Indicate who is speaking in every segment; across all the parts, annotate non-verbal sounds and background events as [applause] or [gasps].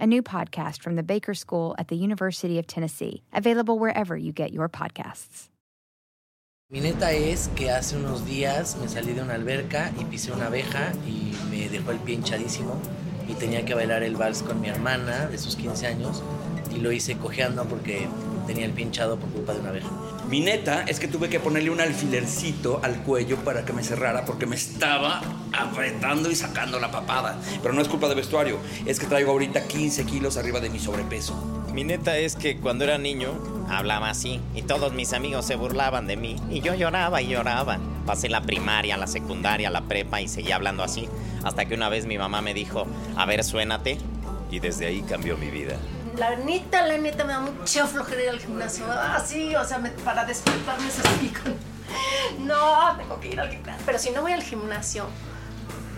Speaker 1: a new podcast from the Baker School at the University of Tennessee, available wherever you get your podcasts.
Speaker 2: Mi neta es que hace unos días me salí de una alberca y pisé una abeja y me dejó el pie hinchadísimo y tenía que bailar el vals con mi hermana de sus 15 años y lo hice cojeando porque tenía el pie hinchado por culpa de una abeja.
Speaker 3: Mi neta es que tuve que ponerle un alfilercito al cuello para que me cerrara porque me estaba apretando y sacando la papada. Pero no es culpa de vestuario, es que traigo ahorita 15 kilos arriba de mi sobrepeso.
Speaker 4: Mi neta es que cuando era niño hablaba así y todos mis amigos se burlaban de mí y yo lloraba y lloraba. Pasé la primaria, la secundaria, la prepa y seguía hablando así hasta que una vez mi mamá me dijo, a ver, suénate. Y desde ahí cambió mi vida.
Speaker 5: La neta, la neta, me da mucha flojera ir al gimnasio. Ah, sí, o sea, me- para despertarme es así. con- No, tengo que ir al gimnasio. Pero si no voy al gimnasio,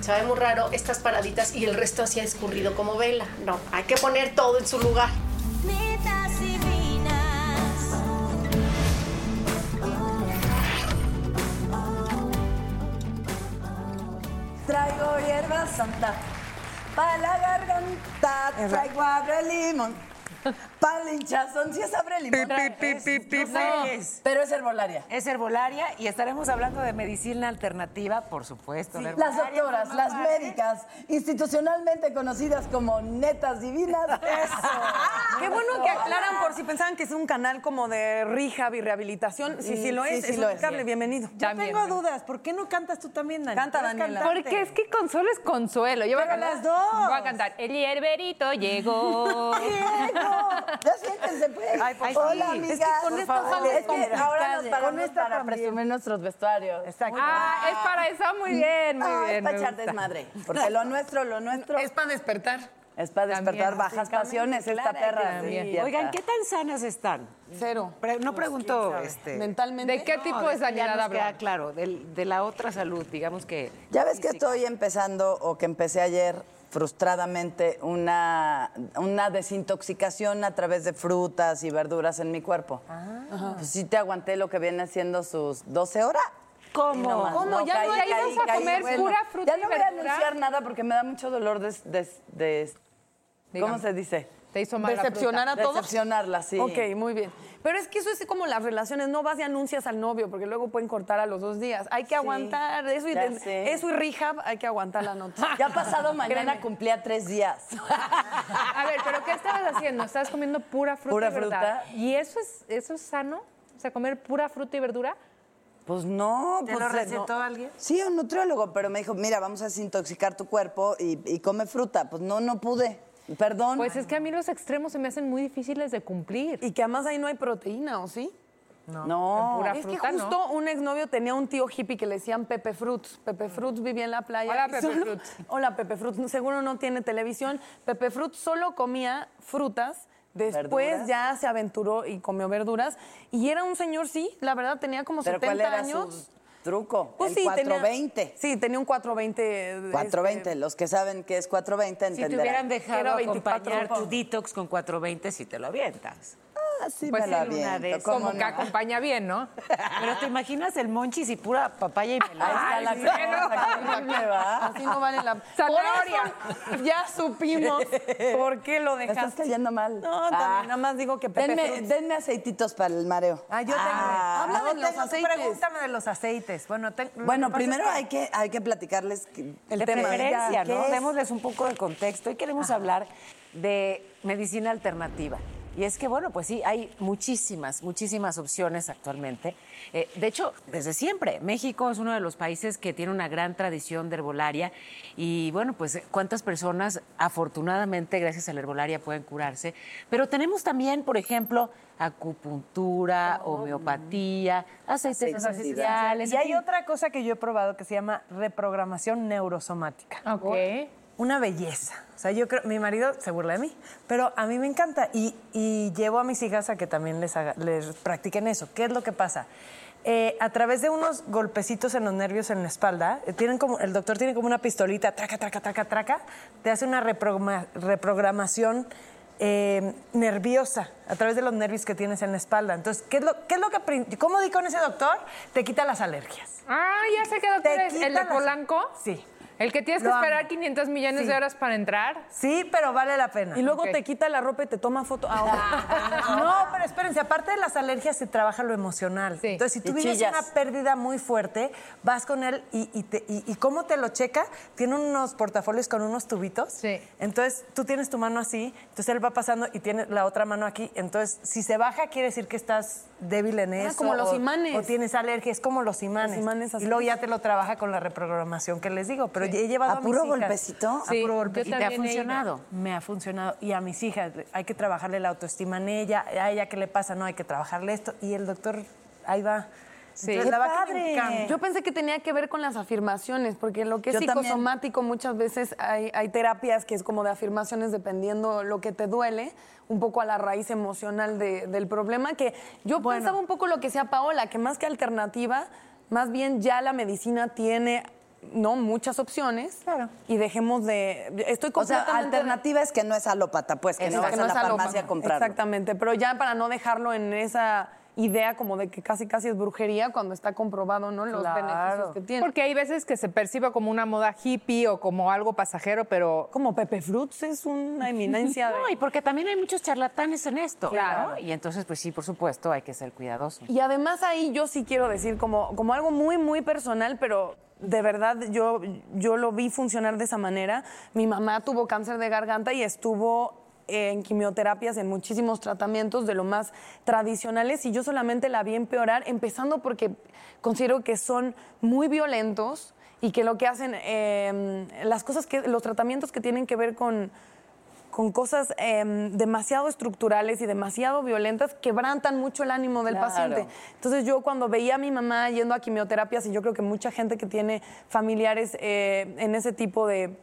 Speaker 5: se ve muy raro estas paraditas y el resto así escurrido como vela. No, hay que poner todo en su lugar.
Speaker 6: Netas divinas.
Speaker 7: Traigo hierba santa para la garganta. Traigo abre limón. Para el hinchazón, sí es abre limón.
Speaker 8: No, es.
Speaker 7: Pero es herbolaria.
Speaker 8: herbolaria y estaremos hablando de medicina alternativa, por supuesto. la
Speaker 7: Las
Speaker 8: herbolaria,
Speaker 7: doctoras,
Speaker 8: mamá,
Speaker 7: las
Speaker 8: ¿eh?
Speaker 7: médicas, institucionalmente conocidas como netas divinas. Eso.
Speaker 9: Qué bueno que aclaran por si pensaban que es un canal como de rehab y rehabilitación. Sí, sí lo
Speaker 7: sí,
Speaker 9: es.
Speaker 7: sí
Speaker 9: es
Speaker 7: lo
Speaker 9: un
Speaker 7: es.
Speaker 9: cable, bienvenido.
Speaker 8: Yo También, tengo ¿no?
Speaker 9: dudas. ¿Por qué no cantas tú también, Dani?
Speaker 8: Canta, Daniela.
Speaker 10: Porque es que Consuelo es Consuelo. Yo voy a
Speaker 9: Pero
Speaker 10: cantar.
Speaker 9: las dos.
Speaker 10: Voy a cantar. El hierberito llegó.
Speaker 7: [laughs] Diego, Ya siéntense, pues.
Speaker 9: Ay, pues
Speaker 7: Hola,
Speaker 9: sí.
Speaker 7: amigas.
Speaker 9: Es que con esto somos
Speaker 7: Es que ahora nos
Speaker 9: complicadas.
Speaker 7: paramos
Speaker 9: Con esta
Speaker 7: para
Speaker 9: también.
Speaker 7: presumir nuestros vestuarios.
Speaker 9: Exacto.
Speaker 10: ah, es para eso. Muy bien, muy
Speaker 7: Ah,
Speaker 10: bien.
Speaker 7: es para
Speaker 10: me
Speaker 7: echar
Speaker 10: gusta.
Speaker 7: desmadre. Porque lo nuestro, lo nuestro
Speaker 8: Es para despertar.
Speaker 7: es para despertar
Speaker 10: También,
Speaker 7: bajas pasiones. Esta
Speaker 9: claro,
Speaker 7: perra.
Speaker 10: también.
Speaker 7: sí, despierta.
Speaker 8: Oigan, ¿qué tan sanas están?
Speaker 9: Cero.
Speaker 8: Pre- no pregunto este, Pues, mentalmente.
Speaker 10: ¿De qué tipo de
Speaker 8: ya
Speaker 10: sanidad
Speaker 8: nos
Speaker 10: hablan?
Speaker 8: queda claro, del- de la otra salud, digamos que.
Speaker 7: Ya ves que estoy empezando o que empecé ayer frustradamente una, una desintoxicación a través de frutas y verduras en mi cuerpo.
Speaker 10: Ah.
Speaker 7: Pues sí te aguanté lo que viene siendo sus 12 horas.
Speaker 8: ¿Cómo?
Speaker 7: Y más,
Speaker 10: ¿Cómo? ¿Ya no- ya ibas a comer pura fruta
Speaker 7: Ya
Speaker 10: y
Speaker 7: no voy a
Speaker 10: verdura?
Speaker 7: anunciar nada porque me da mucho dolor de... de- de- ¿Cómo
Speaker 10: Dígame.
Speaker 7: se dice?
Speaker 10: Te hizo mal la
Speaker 9: Decepcionar
Speaker 10: fruta.
Speaker 9: a todos.
Speaker 7: Decepcionarla, sí.
Speaker 9: Ok, muy bien. Pero es que eso es como las relaciones, no vas y anuncias al novio, porque luego pueden cortar a los dos días. Hay que aguantar eso y,
Speaker 7: ya
Speaker 9: de-
Speaker 7: sé.
Speaker 9: eso y rehab, hay que aguantar la noche.
Speaker 7: Ya
Speaker 9: [laughs]
Speaker 7: pasado mañana cumplía tres días.
Speaker 10: A ver, pero ¿qué estabas haciendo?
Speaker 7: [laughs]
Speaker 10: Estabas comiendo pura fruta
Speaker 7: Pura
Speaker 10: y verdura.
Speaker 7: fruta.
Speaker 10: ¿Y eso es, eso es sano? O sea, comer pura fruta y verdura.
Speaker 7: Pues no,
Speaker 8: ¿Te
Speaker 7: pues
Speaker 8: lo
Speaker 7: eh, no.
Speaker 8: recetó alguien?
Speaker 7: Sí, un nutriólogo, pero me dijo, mira, vamos a desintoxicar tu cuerpo y, y come fruta. Pues no, no pude. Perdón.
Speaker 10: Pues es que a mí los extremos se me hacen muy difíciles de cumplir.
Speaker 9: Y que además ahí no hay proteína, ¿o sí?
Speaker 7: no.
Speaker 10: pura
Speaker 9: Oh, es
Speaker 10: fruta,
Speaker 9: que
Speaker 10: ¿no?
Speaker 9: justo un exnovio tenía un tío hippie que le decían Pepe Fruits. Pepe Fruits vivía en la playa.
Speaker 10: Hola,
Speaker 9: y
Speaker 10: Pepe Fruits.
Speaker 9: [laughs] Hola, Pepe Fruits. Seguro no tiene televisión. Pepe Fruits solo comía frutas. Después
Speaker 7: Verduras.
Speaker 9: ya se aventuró y comió verduras. Y era un señor, sí, la verdad, tenía como
Speaker 7: ¿Pero
Speaker 9: 70
Speaker 7: cuál era
Speaker 9: años.
Speaker 7: [laughs] su truco?
Speaker 9: Pues
Speaker 7: el
Speaker 9: sí, tenía-
Speaker 7: 420.
Speaker 9: sí, tenía un 420. este,
Speaker 7: 420, los que saben que es 420
Speaker 8: Si te
Speaker 7: entenderán.
Speaker 8: hubieran dejado
Speaker 9: Era 24
Speaker 8: acompañar tu
Speaker 9: pom.
Speaker 8: detox con 420, si te lo avientas.
Speaker 7: Ah, sí
Speaker 10: Pues
Speaker 7: me la
Speaker 10: sí, una
Speaker 7: aviento,
Speaker 8: de esas.
Speaker 7: ¿cómo
Speaker 10: Como que
Speaker 7: no?
Speaker 10: acompaña bien, ¿no?
Speaker 8: Pero te imaginas el monchis y pura papaya y
Speaker 7: Ahí
Speaker 8: melón.
Speaker 7: está la cosa, ¿qué va?
Speaker 9: Así no vale la
Speaker 10: Zanahoria.
Speaker 9: Por eso ya supimos por qué lo
Speaker 7: Me estás
Speaker 9: dejaste.
Speaker 7: cayendo mal.
Speaker 9: No, también,
Speaker 7: Ah.
Speaker 9: nada más digo que Pepe
Speaker 7: Denme,
Speaker 9: Fruits.
Speaker 7: denme aceititos para el mareo.
Speaker 8: Ah, yo tengo.
Speaker 7: Ah,
Speaker 8: Habla de
Speaker 9: no,
Speaker 8: los
Speaker 9: tengo-
Speaker 8: aceites.
Speaker 9: pregúntame
Speaker 8: de los aceites. Bueno,
Speaker 7: Bueno, primero hay que, hay que platicarles que-
Speaker 8: El de
Speaker 7: tema.
Speaker 8: preferencia,
Speaker 7: ¿Qué
Speaker 8: ¿no?
Speaker 7: es?
Speaker 8: Démosles un poco de contexto. Hoy queremos hablar de medicina alternativa. Y es que, bueno, pues sí, hay muchísimas, muchísimas opciones actualmente. Eh, de hecho, desde siempre, México es uno de los países que tiene una gran tradición de herbolaria y, bueno, pues cuántas personas afortunadamente gracias a la herbolaria pueden curarse. Pero tenemos también, por ejemplo, acupuntura,
Speaker 7: Oh,
Speaker 8: homeopatía,
Speaker 7: mm.
Speaker 8: aceites
Speaker 11: Aceites
Speaker 8: esenciales.
Speaker 11: Y
Speaker 8: en
Speaker 11: hay
Speaker 8: fin.
Speaker 11: otra cosa que yo he probado que se llama reprogramación neurosomática.
Speaker 10: Ok.
Speaker 11: Una belleza. O sea, yo creo, mi marido se burla de mí, pero a mí me encanta y, y llevo a mis hijas a que también les, haga- les practiquen eso. ¿Qué es lo que pasa? Eh, a través de unos golpecitos en los nervios en la espalda, eh, tienen como, el doctor tiene como una pistolita, traca, traca, traca, traca, te hace una reprograma- reprogramación eh, nerviosa a través de los nervios que tienes en la espalda. Entonces, ¿qué es lo, qué es lo que... prin- ¿Cómo di con ese doctor? Te quita las alergias.
Speaker 10: Ah, ya sé qué doctor
Speaker 11: Te
Speaker 10: es. ¿El de
Speaker 11: quita las-
Speaker 10: Polanco?
Speaker 11: Sí.
Speaker 10: ¿El que tienes que
Speaker 11: Lo amo.
Speaker 10: esperar 500 millones
Speaker 11: Sí.
Speaker 10: de horas para entrar?
Speaker 11: Sí, pero vale la pena.
Speaker 10: Y luego te
Speaker 11: quita la ropa y te toma foto. Ah, [laughs] no, pero espérense, aparte de las alergias se trabaja lo emocional. Entonces, si tú
Speaker 7: Y
Speaker 11: vives
Speaker 7: chillas.
Speaker 11: una pérdida muy fuerte, vas con él y, y te- y- y cómo te lo checa, tiene unos portafolios con unos tubitos. Entonces, tú tienes tu mano así, entonces él va pasando y tiene la otra mano aquí. Entonces, si se baja, quiere decir que estás débil en eso.
Speaker 9: como los
Speaker 11: o-
Speaker 9: imanes.
Speaker 11: O tienes alergia, es como los imanes.
Speaker 9: imanes así.
Speaker 11: Y luego ya te lo trabaja con la reprogramación que les digo. Pero he llevado
Speaker 7: ¿A
Speaker 11: a, mis
Speaker 7: puro
Speaker 11: hijas-
Speaker 7: golpecito?
Speaker 11: A puro golpecito.
Speaker 8: ¿Y te ha funcionado?
Speaker 11: Me ha funcionado. Y a mis hijas, hay que trabajarle la autoestima en ella, a ella qué le pasa, no, hay que trabajarle esto. Y el doctor, ahí va. Entonces, la vaca me encanta.
Speaker 9: Yo pensé que tenía que ver con las afirmaciones, porque lo que es
Speaker 11: Yo también.
Speaker 9: psicosomático muchas veces hay, hay terapias que es como de afirmaciones dependiendo lo que te duele, un poco a la raíz emocional de- del problema, que yo pensaba un poco lo que decía Paola, que más que alternativa, más bien ya la medicina tiene... No, muchas opciones. Claro. Y dejemos de. Estoy
Speaker 7: O sea,
Speaker 9: completamente.
Speaker 7: alternativa es que no es alópata, pues, que no vas
Speaker 9: Exacto,
Speaker 7: a la
Speaker 9: es algo
Speaker 7: farmacia a
Speaker 9: más.
Speaker 7: comprarlo.
Speaker 9: Exactamente, pero ya para no dejarlo en esa idea como de que casi casi es brujería cuando está comprobado, ¿no? Los beneficios que tiene.
Speaker 10: Porque hay veces que se percibe como una moda hippie o como algo pasajero, pero...
Speaker 9: Como Pepe Fruits es
Speaker 10: [laughs]
Speaker 9: una eminencia
Speaker 8: No, y porque también hay muchos charlatanes en esto.
Speaker 9: Claro.
Speaker 8: ¿no? Y entonces, pues sí, por supuesto, hay que ser cuidadosos.
Speaker 9: Y además ahí yo sí quiero decir como, como algo muy, muy personal, pero de verdad yo, yo lo vi funcionar de esa manera. Mi mamá tuvo cáncer de garganta y estuvo en quimioterapias, en muchísimos tratamientos de lo más tradicionales y yo solamente la vi empeorar, empezando porque considero que son muy violentos y que lo que hacen, eh, las cosas que, los tratamientos que tienen que ver con, con cosas em, demasiado estructurales y demasiado violentas quebrantan mucho el ánimo del
Speaker 8: Claro.
Speaker 9: paciente. Entonces yo cuando veía a mi mamá yendo a quimioterapias, y yo creo que mucha gente que tiene familiares eh, en ese tipo de,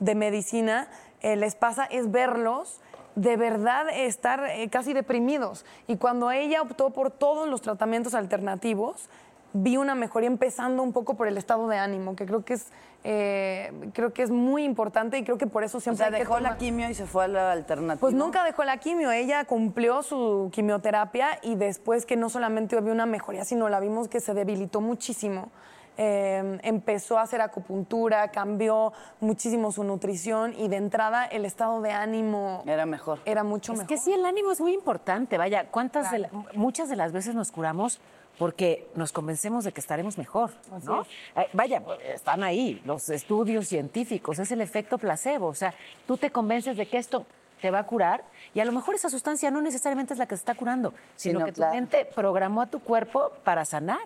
Speaker 9: de medicina, eh, les pasa es verlos de verdad estar eh, casi deprimidos. Y cuando ella optó por todos los tratamientos alternativos, vi una mejoría empezando un poco por el estado de ánimo, que creo que es, eh, creo que es muy importante y creo que por eso
Speaker 7: O
Speaker 9: siempre
Speaker 7: sea,
Speaker 9: hay que
Speaker 7: dejó la
Speaker 9: tomar-
Speaker 7: quimio y se fue a la alternativa.
Speaker 9: pues nunca dejó la quimio, ella cumplió su quimioterapia y después que no solamente hubo una mejoría, sino la vimos que se debilitó muchísimo. Eh, empezó a hacer acupuntura, cambió muchísimo su nutrición y de entrada el estado de ánimo
Speaker 7: Era mejor.
Speaker 9: era mucho
Speaker 8: Es
Speaker 9: mejor.
Speaker 8: que sí, el ánimo es muy importante. Vaya, ¿cuántas de la- muchas de las veces nos curamos porque nos convencemos de que estaremos mejor, ¿no? Eh, vaya, están ahí los estudios científicos, es el efecto placebo, o sea, tú te convences de que esto te va a curar y a lo mejor esa sustancia no necesariamente es la que se está curando, sino
Speaker 7: Sino
Speaker 8: que
Speaker 7: la-
Speaker 8: tu mente programó a tu cuerpo para sanar.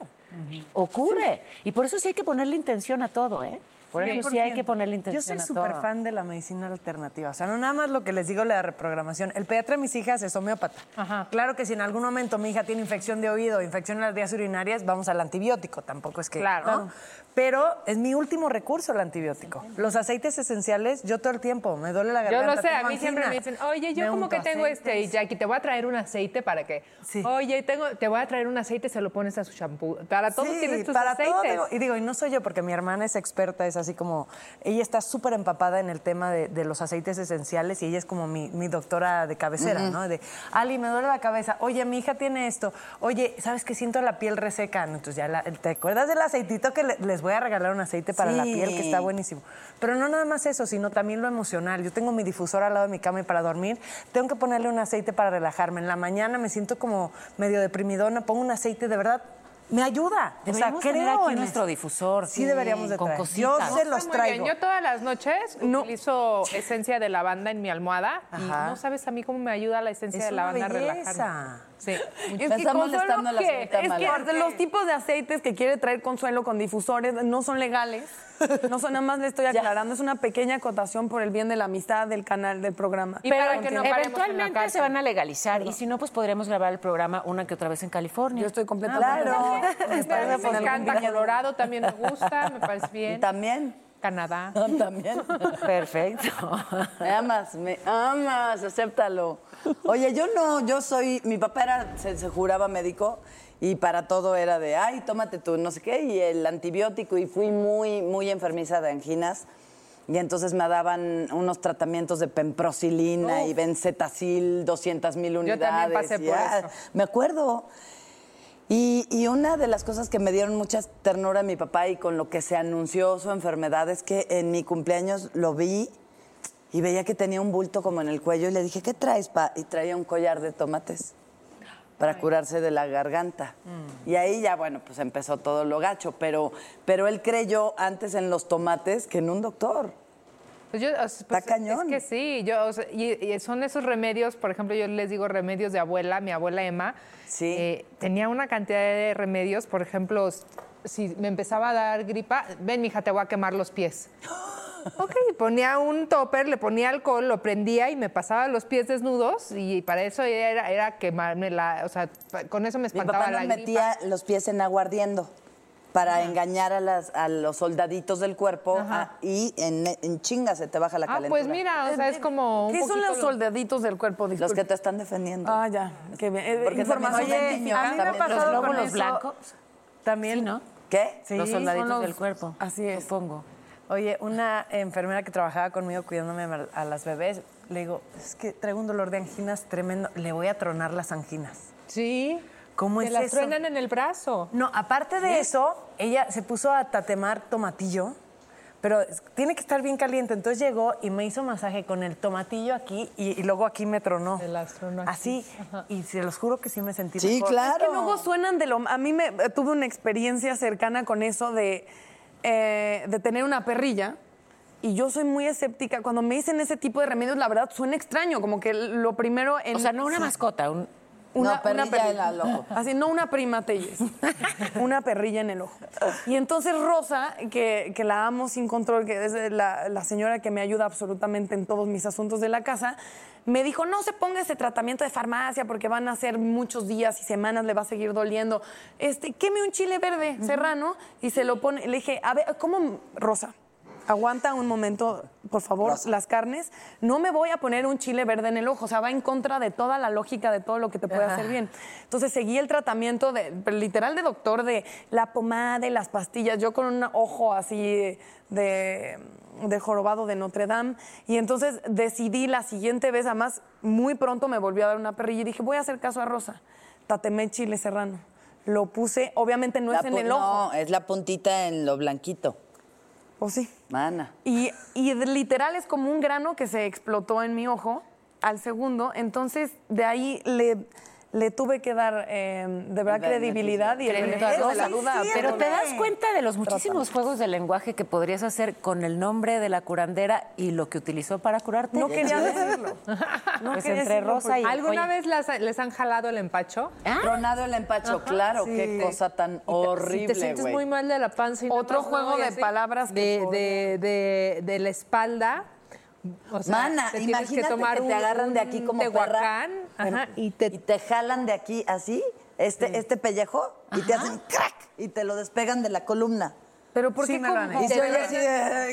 Speaker 8: Ocurre. Y por eso sí hay que ponerle intención a todo, ¿eh? Por eso sí hay que
Speaker 11: Yo
Speaker 8: ponerle intención
Speaker 11: soy
Speaker 8: a todo.
Speaker 11: súper fan de la medicina alternativa. O sea, no nada más lo que les digo, la reprogramación. El pediatra de mis hijas es homeópata. Claro que si en algún momento mi hija tiene infección de oído, infección en las vías urinarias, vamos al antibiótico. Tampoco es que.
Speaker 10: Claro.
Speaker 11: ¿no? Pero es mi último recurso el antibiótico. Los aceites esenciales, yo todo el tiempo me duele la
Speaker 10: Yo
Speaker 11: garganta.
Speaker 10: lo sé, a
Speaker 11: tengo
Speaker 10: mí siempre me
Speaker 11: angina.
Speaker 10: dicen, oye, yo
Speaker 11: Me
Speaker 10: como
Speaker 11: unto
Speaker 10: que tengo este, y
Speaker 11: aceites.
Speaker 10: Jackie, te voy a traer un aceite para que. Oye, tengo, te voy a traer un aceite, se lo pones a su shampoo. Para todos
Speaker 11: Sí,
Speaker 10: tienes tus
Speaker 11: para
Speaker 10: aceites.
Speaker 11: todo tengo- y digo, y no soy yo, porque mi hermana es experta, es así como, ella está súper empapada en el tema de, de los aceites esenciales y ella es como mi, mi doctora de cabecera, ¿no? De, Ali, me duele la cabeza, oye, mi hija tiene esto, oye, ¿sabes qué? Siento la piel reseca, ¿no? entonces ya, la- ¿te acuerdas del aceitito que le- les voy a regalar un aceite Este para la
Speaker 7: Sí.
Speaker 11: piel que está buenísimo? Pero no nada más eso, sino también lo emocional. Yo tengo mi difusor al lado de mi cama y para dormir tengo que ponerle un aceite para relajarme. En la mañana me siento como medio deprimidona, pongo un aceite de verdad me ayuda.
Speaker 8: Deberíamos
Speaker 11: o sea,
Speaker 8: tener
Speaker 11: creo
Speaker 8: aquí
Speaker 11: en
Speaker 8: nuestro
Speaker 11: eso.
Speaker 8: difusor,
Speaker 11: Sí,
Speaker 8: sí,
Speaker 11: deberíamos de
Speaker 8: con
Speaker 11: traer.
Speaker 8: cositas.
Speaker 11: Yo
Speaker 8: No,
Speaker 11: se
Speaker 8: está
Speaker 11: los
Speaker 10: Muy
Speaker 11: traigo.
Speaker 10: bien, yo todas las noches utilizo esencia de lavanda en mi almohada
Speaker 11: Ajá.
Speaker 10: y no sabes a mí cómo me ayuda la esencia
Speaker 11: Es
Speaker 10: de
Speaker 11: una
Speaker 10: lavanda a relajarme.
Speaker 11: [laughs] belleza.
Speaker 10: Sí.
Speaker 9: Es que
Speaker 10: Consuelo,
Speaker 9: Consuelo,
Speaker 10: ¿qué?
Speaker 9: ¿qué?
Speaker 10: Es que-
Speaker 9: Porque los tipos de aceites que quiere traer Consuelo con difusores no son legales. No son, nada más le
Speaker 7: [laughs]
Speaker 9: estoy aclarando. Es una pequeña acotación por el bien de la amistad del canal, del programa.
Speaker 8: Pero eventualmente se van a legalizar y si no, pues podremos grabar el programa una que otra vez en California. Pues Yo estoy
Speaker 9: completamente de
Speaker 8: [laughs]
Speaker 9: acuerdo.
Speaker 10: Me, me encanta Colorado, también me gusta, me
Speaker 7: [laughs]
Speaker 10: parece bien.
Speaker 7: También.
Speaker 10: Canadá.
Speaker 7: [laughs] También.
Speaker 8: Perfecto.
Speaker 11: [laughs]
Speaker 7: [laughs] Me amas, me amas, acéptalo. Oye, yo no, yo soy, mi papá era, se, se juraba médico y para todo era de, ay, tómate tú, no sé qué, y el antibiótico, y fui muy, muy enfermiza de anginas. Y entonces me daban unos tratamientos de pemprosilina y benzetacil, 200 mil
Speaker 10: también
Speaker 7: unidades.
Speaker 10: pasé
Speaker 7: y,
Speaker 10: por
Speaker 7: ah,
Speaker 10: eso.
Speaker 7: Me acuerdo. Y, y una de las cosas que me dieron mucha ternura a mi papá y con lo que se anunció su enfermedad es que en mi cumpleaños lo vi y veía que tenía un bulto como en el cuello y le dije, ¿qué traes, pa? Y traía un collar de tomates para curarse de la garganta.
Speaker 10: Mm.
Speaker 7: Y ahí ya, bueno, pues empezó todo lo gacho, pero, pero él creyó antes en los tomates que en un doctor.
Speaker 10: Pues yo, o sea, pues, Es que sí, yo, o sea, y, y son esos remedios, por ejemplo, yo les digo remedios de abuela, mi abuela Emma, eh, tenía una cantidad de remedios, por ejemplo, s- si me empezaba a dar gripa, ven, mija, te voy a quemar los
Speaker 7: [gasps]
Speaker 10: pies. Ok, y ponía un topper, le ponía alcohol, lo prendía y me pasaba los pies desnudos y para eso era, era quemarme la, o sea, pa- con eso me
Speaker 7: Mi
Speaker 10: espantaba
Speaker 7: papá
Speaker 10: la
Speaker 7: nos
Speaker 10: gripa.
Speaker 7: metía los pies en agua ardiendo para engañar a, las, a los soldaditos del cuerpo ah, y en, en chinga se te baja la
Speaker 10: Ah,
Speaker 7: calentura.
Speaker 10: pues mira, o sea, es como un
Speaker 9: ¿Qué son
Speaker 10: poquito
Speaker 9: los
Speaker 10: lo-
Speaker 9: soldaditos del cuerpo?
Speaker 7: Los que te están defendiendo.
Speaker 9: Ah, ya. Qué bien. Eh,
Speaker 7: Porque
Speaker 9: información.
Speaker 7: también son
Speaker 9: Oye,
Speaker 7: niños,
Speaker 9: a mí me ha
Speaker 7: también son
Speaker 9: pasado
Speaker 7: niños.
Speaker 9: con
Speaker 7: Los
Speaker 9: eso-
Speaker 7: blancos.
Speaker 11: También, ¿no?
Speaker 7: ¿Qué?
Speaker 11: Sí,
Speaker 8: los soldaditos
Speaker 11: son los-
Speaker 8: del cuerpo.
Speaker 11: Así es. Supongo. Oye, una enfermera que trabajaba conmigo cuidándome a- a las bebés, le digo, es que traigo un dolor de anginas tremendo, le voy a tronar las anginas.
Speaker 10: Sí.
Speaker 11: ¿Cómo
Speaker 10: Te
Speaker 11: es
Speaker 10: las
Speaker 11: eso?
Speaker 10: truenan en el brazo.
Speaker 11: No, aparte de eso, ella se puso a tatemar tomatillo, pero es- tiene que estar bien caliente. Entonces llegó y me hizo masaje con el tomatillo aquí y, y luego aquí me tronó. Así, y se los juro que sí me sentí
Speaker 7: Sí,
Speaker 11: mejor.
Speaker 7: claro.
Speaker 9: Es que luego suenan de lo. A mí me eh, tuve una experiencia cercana con eso de, eh, de tener una perrilla. Y yo soy muy escéptica. Cuando me dicen ese tipo de remedios, la verdad suena extraño. Como que lo primero. En,
Speaker 8: O sea, no una mascota, un-
Speaker 9: Una,
Speaker 7: No, perrilla
Speaker 9: una perrilla
Speaker 7: en el ojo.
Speaker 9: [laughs] Así, no una prima Telles. una perrilla en el ojo. Y entonces Rosa, que, que la amo sin control, que es la, la señora que me ayuda absolutamente en todos mis asuntos de la casa, me dijo, no se ponga ese tratamiento de farmacia porque van a ser muchos días y semanas, le va a seguir doliendo. Este, queme un chile verde serrano y se lo pone. Le dije, a ver, ¿cómo, Rosa? Aguanta un momento, por favor, las carnes. No me voy a poner un chile verde en el ojo. O sea, va en contra de toda la lógica de todo lo que te puede
Speaker 8: Ajá.
Speaker 9: hacer bien. Entonces seguí el tratamiento de, pero literal de doctor de la pomada y las pastillas. Yo con un ojo así de, de jorobado de Notre Dame. Y entonces decidí la siguiente vez, además, muy pronto me volvió a dar una perrilla y dije, voy a hacer caso a Rosa. Tatemé chile serrano. Lo puse, obviamente no
Speaker 7: La
Speaker 9: es en
Speaker 7: pu-
Speaker 9: el ojo.
Speaker 7: No, es la puntita en lo blanquito.
Speaker 9: ¿O Pues sí?
Speaker 7: Mana.
Speaker 9: Y, y de- literal es como un grano que se explotó en mi ojo al segundo. Entonces, de ahí le, le tuve que dar eh, de verdad credibilidad y el beneficio de la duda.
Speaker 8: Pero te das cuenta de los muchísimos juegos de lenguaje que podrías hacer con el nombre de la curandera y lo que utilizó para curarte.
Speaker 9: No quería
Speaker 8: [laughs]
Speaker 9: decirlo. No
Speaker 8: Pues
Speaker 9: quería
Speaker 8: entre
Speaker 9: decirlo
Speaker 8: Rosa
Speaker 9: porque-
Speaker 8: y-
Speaker 10: ¿Alguna vez las- les han jalado el empacho?
Speaker 9: Ah.
Speaker 7: Tronado el empacho,
Speaker 10: Ajá,
Speaker 7: claro,
Speaker 10: sí.
Speaker 7: qué cosa tan
Speaker 10: Si te
Speaker 7: horrible,
Speaker 10: sientes muy
Speaker 7: güey.
Speaker 10: mal de la panza y nada
Speaker 9: Otro
Speaker 10: más,
Speaker 9: juego
Speaker 10: ¿no? Y
Speaker 9: de palabras que
Speaker 10: de, de,
Speaker 9: podría-
Speaker 10: de, de la espalda. O sea,
Speaker 7: Mana,
Speaker 10: te tienes
Speaker 7: imagínate
Speaker 10: que,
Speaker 7: que,
Speaker 10: tomar
Speaker 7: te
Speaker 10: un,
Speaker 7: agarran de aquí como perra
Speaker 10: tehuacán, ajá, y te
Speaker 7: y te jalan de aquí así, este, este pellejo, y te hacen crack y te lo despegan de la columna.
Speaker 9: Pero ¿por
Speaker 11: Sí
Speaker 9: qué
Speaker 11: me lo han
Speaker 9: como-
Speaker 7: Y
Speaker 10: te,
Speaker 7: se oye
Speaker 10: truenan,
Speaker 7: así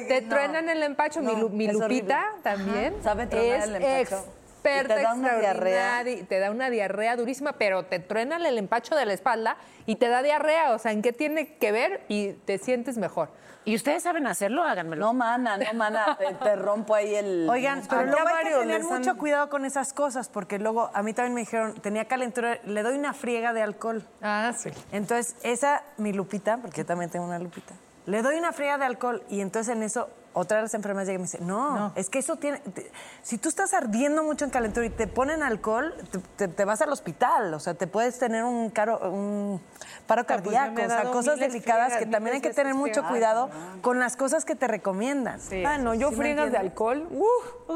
Speaker 7: de-
Speaker 10: te
Speaker 7: no.
Speaker 10: truenan el empacho, Ah, mi,
Speaker 7: No,
Speaker 10: Lu- mi
Speaker 7: es
Speaker 10: Lupita
Speaker 7: horrible.
Speaker 10: también.
Speaker 7: Ajá. Sabe tronar
Speaker 10: es
Speaker 7: el empacho.
Speaker 10: Experta
Speaker 7: Y te da una
Speaker 10: extraordinaria,
Speaker 7: diarrea.
Speaker 10: Te da una diarrea durísima, pero te truenan el empacho de la espalda y te da diarrea. O sea, ¿en qué tiene que ver? Y te sientes mejor.
Speaker 8: ¿Y ustedes saben hacerlo? Háganmelo.
Speaker 7: No, mana, no,
Speaker 10: [laughs]
Speaker 7: mana, te, te rompo ahí el...
Speaker 11: Oigan,
Speaker 7: Ah,
Speaker 11: pero
Speaker 7: ya
Speaker 11: luego hay que
Speaker 7: varios
Speaker 11: tener
Speaker 7: les han-
Speaker 11: mucho cuidado con esas cosas, porque luego a mí también me dijeron, tenía calentura, le doy una friega de alcohol.
Speaker 10: Ah, sí.
Speaker 11: Entonces, esa, mi Lupita, porque yo también tengo una Lupita, le doy una friega de alcohol y entonces en eso Otra de las enfermeras llega y me dice, no, es que eso tiene... te- si tú estás ardiendo mucho en calentura y te ponen alcohol, te, te- te vas al hospital. O sea, te puedes tener un, caro, un paro
Speaker 9: Puta, pues,
Speaker 11: cardíaco.
Speaker 9: yo me he
Speaker 11: o sea,
Speaker 9: dado
Speaker 11: cosas
Speaker 9: miles
Speaker 11: delicadas
Speaker 9: friegas,
Speaker 11: que también hay
Speaker 9: miles
Speaker 11: que tener
Speaker 9: veces
Speaker 11: mucho
Speaker 9: friegas.
Speaker 11: cuidado con las cosas que te recomiendan.
Speaker 9: ah, no, yo friegas de alcohol. ¡uh!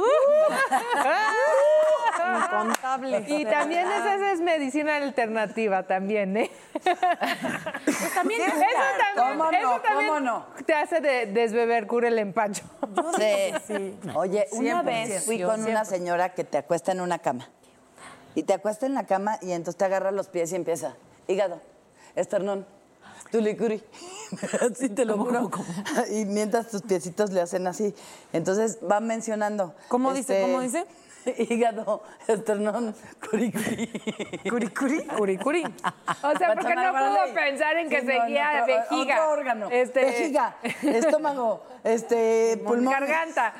Speaker 11: Incontable.
Speaker 10: Y también esa esa es medicina alternativa también, ¿eh?
Speaker 8: Pues
Speaker 7: también
Speaker 10: eso
Speaker 7: cura.
Speaker 10: también,
Speaker 7: ¿Cómo
Speaker 10: eso
Speaker 7: no?
Speaker 10: también
Speaker 7: ¿Cómo no?
Speaker 10: te hace de- desbeber, cura el empacho.
Speaker 7: Oye, una
Speaker 10: 100%.
Speaker 7: vez fui con
Speaker 10: 100%.
Speaker 7: una señora que te acuesta en una cama. Y te acuesta en la cama y entonces te agarra los pies y empieza. Hígado, esternón, tulicuri. [laughs] así te lo juro. Y mientras tus piecitos le hacen así. Entonces van mencionando. este,
Speaker 9: ¿Cómo dice? ¿Cómo dice?
Speaker 7: [laughs] Hígado, esternón, curicuri.
Speaker 11: ¿Curicuri?
Speaker 9: Curicuri.
Speaker 10: O sea, porque no pudo pensar en que seguía vejiga.
Speaker 7: Otro órgano.
Speaker 10: Este-
Speaker 7: Vejiga, estómago, este, pulmón.
Speaker 10: Garganta.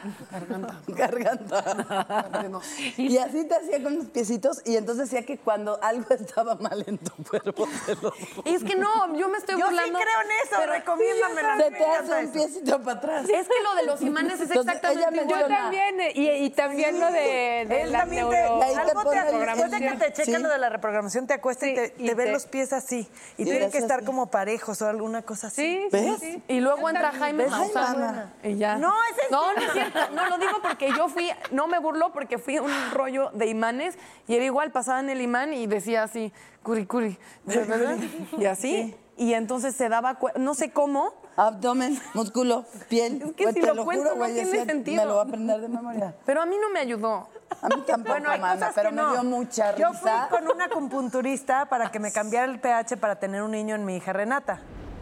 Speaker 7: Garganta. y así te hacía con los piecitos y entonces decía que cuando algo estaba mal en tu cuerpo, te lo juro.
Speaker 9: Es que no, yo me estoy
Speaker 7: Yo sí
Speaker 9: burlando.
Speaker 7: creo en eso, recomiéndamelo, a mí
Speaker 9: Se
Speaker 7: me encanta eso.
Speaker 9: Es que lo de [laughs] los imanes es
Speaker 7: Entonces,
Speaker 9: exactamente
Speaker 7: ella
Speaker 9: igual.
Speaker 7: menciona- Yo también,
Speaker 10: eh, y- y también lo de- de
Speaker 11: Él
Speaker 10: la
Speaker 11: también te,
Speaker 10: neuro-
Speaker 11: algo
Speaker 10: Ahí te
Speaker 11: te
Speaker 10: pone el-
Speaker 11: después de que te checan
Speaker 10: Sí.
Speaker 11: lo de la reprogramación, te acuesta y te, te ven los pies así. Y
Speaker 9: Y
Speaker 11: tienen
Speaker 9: eres
Speaker 11: que estar
Speaker 9: así.
Speaker 11: como parejos o alguna cosa así.
Speaker 9: ¿Ves? Y luego entra Jaime Maussan y ya.
Speaker 11: No, es en
Speaker 9: No, no
Speaker 11: serio.
Speaker 9: es cierto. No, lo digo porque yo fui, no me burló porque fui a un rollo de imanes y era igual, pasaban el imán y decía así, curi, curi,
Speaker 7: [laughs]
Speaker 9: y así. Y entonces se daba, cue- no sé cómo.
Speaker 7: Abdomen, músculo, piel. Es
Speaker 9: que si lo cuento, no tiene sentido.
Speaker 7: Me lo va a aprender de memoria.
Speaker 9: Pero a mí no me ayudó.
Speaker 7: A mí tampoco,
Speaker 11: Bueno, hay
Speaker 7: mana,
Speaker 11: cosas
Speaker 7: pero
Speaker 11: que
Speaker 7: me
Speaker 11: no.
Speaker 7: dio mucha
Speaker 11: Yo
Speaker 7: risa.
Speaker 11: fui con una compunturista para
Speaker 7: [laughs]
Speaker 11: que me cambiara el pH para tener un niño en mi hija Renata.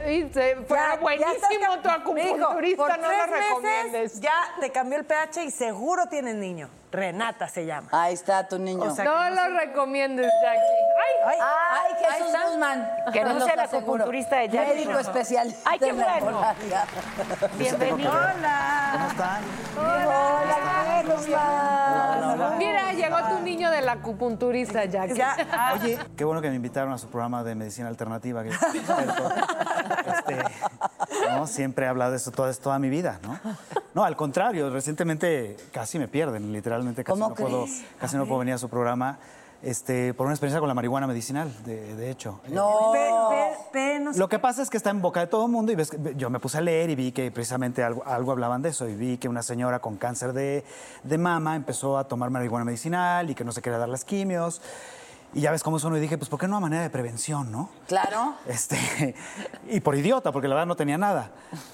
Speaker 10: Y se- fuera buenísimo tu acupunturista,
Speaker 11: por
Speaker 10: no lo
Speaker 11: tres meses
Speaker 10: recomiendes.
Speaker 11: ya te cambió el pH y seguro tienes niño. Renata se llama.
Speaker 7: Ahí está tu niño.
Speaker 11: O sea,
Speaker 10: no
Speaker 11: que
Speaker 10: lo recomiendes, Jackie. ¡Ay!
Speaker 7: Ay, Jesús Guzmán.
Speaker 10: Que no
Speaker 7: Te lo
Speaker 10: sea la
Speaker 7: aseguro.
Speaker 10: acupunturista de Jackie.
Speaker 7: Médico especial.
Speaker 10: Ay, qué bueno.
Speaker 7: Bienvenido.
Speaker 10: Hola.
Speaker 7: Hola,
Speaker 10: Mira, llegó tu niño del acupunturista, Jackie.
Speaker 7: Ah.
Speaker 10: Ah.
Speaker 12: Oye, qué bueno que me invitaron a su programa de medicina alternativa. que yo soy experto. Este, ¿no? Siempre he hablado de eso toda, toda mi vida, ¿no? No, al contrario, recientemente casi me pierden, literalmente casi,
Speaker 7: ¿Cómo
Speaker 12: no puedo,
Speaker 7: crees?
Speaker 12: casi no puedo venir a su programa. Este, por una experiencia con la marihuana medicinal, de, de hecho.
Speaker 7: No.
Speaker 12: Lo que pasa es que está en boca de todo el mundo y ves, que- yo me puse a leer y vi que precisamente algo, algo hablaban de eso y vi que una señora con cáncer de, de mama empezó a tomar marihuana medicinal y que no se quería dar las quimios. Y ya ves cómo es uno y dije, pues ¿por qué no una manera de prevención, no?
Speaker 7: Claro.
Speaker 12: Este, [laughs] y por idiota, porque la verdad no tenía nada.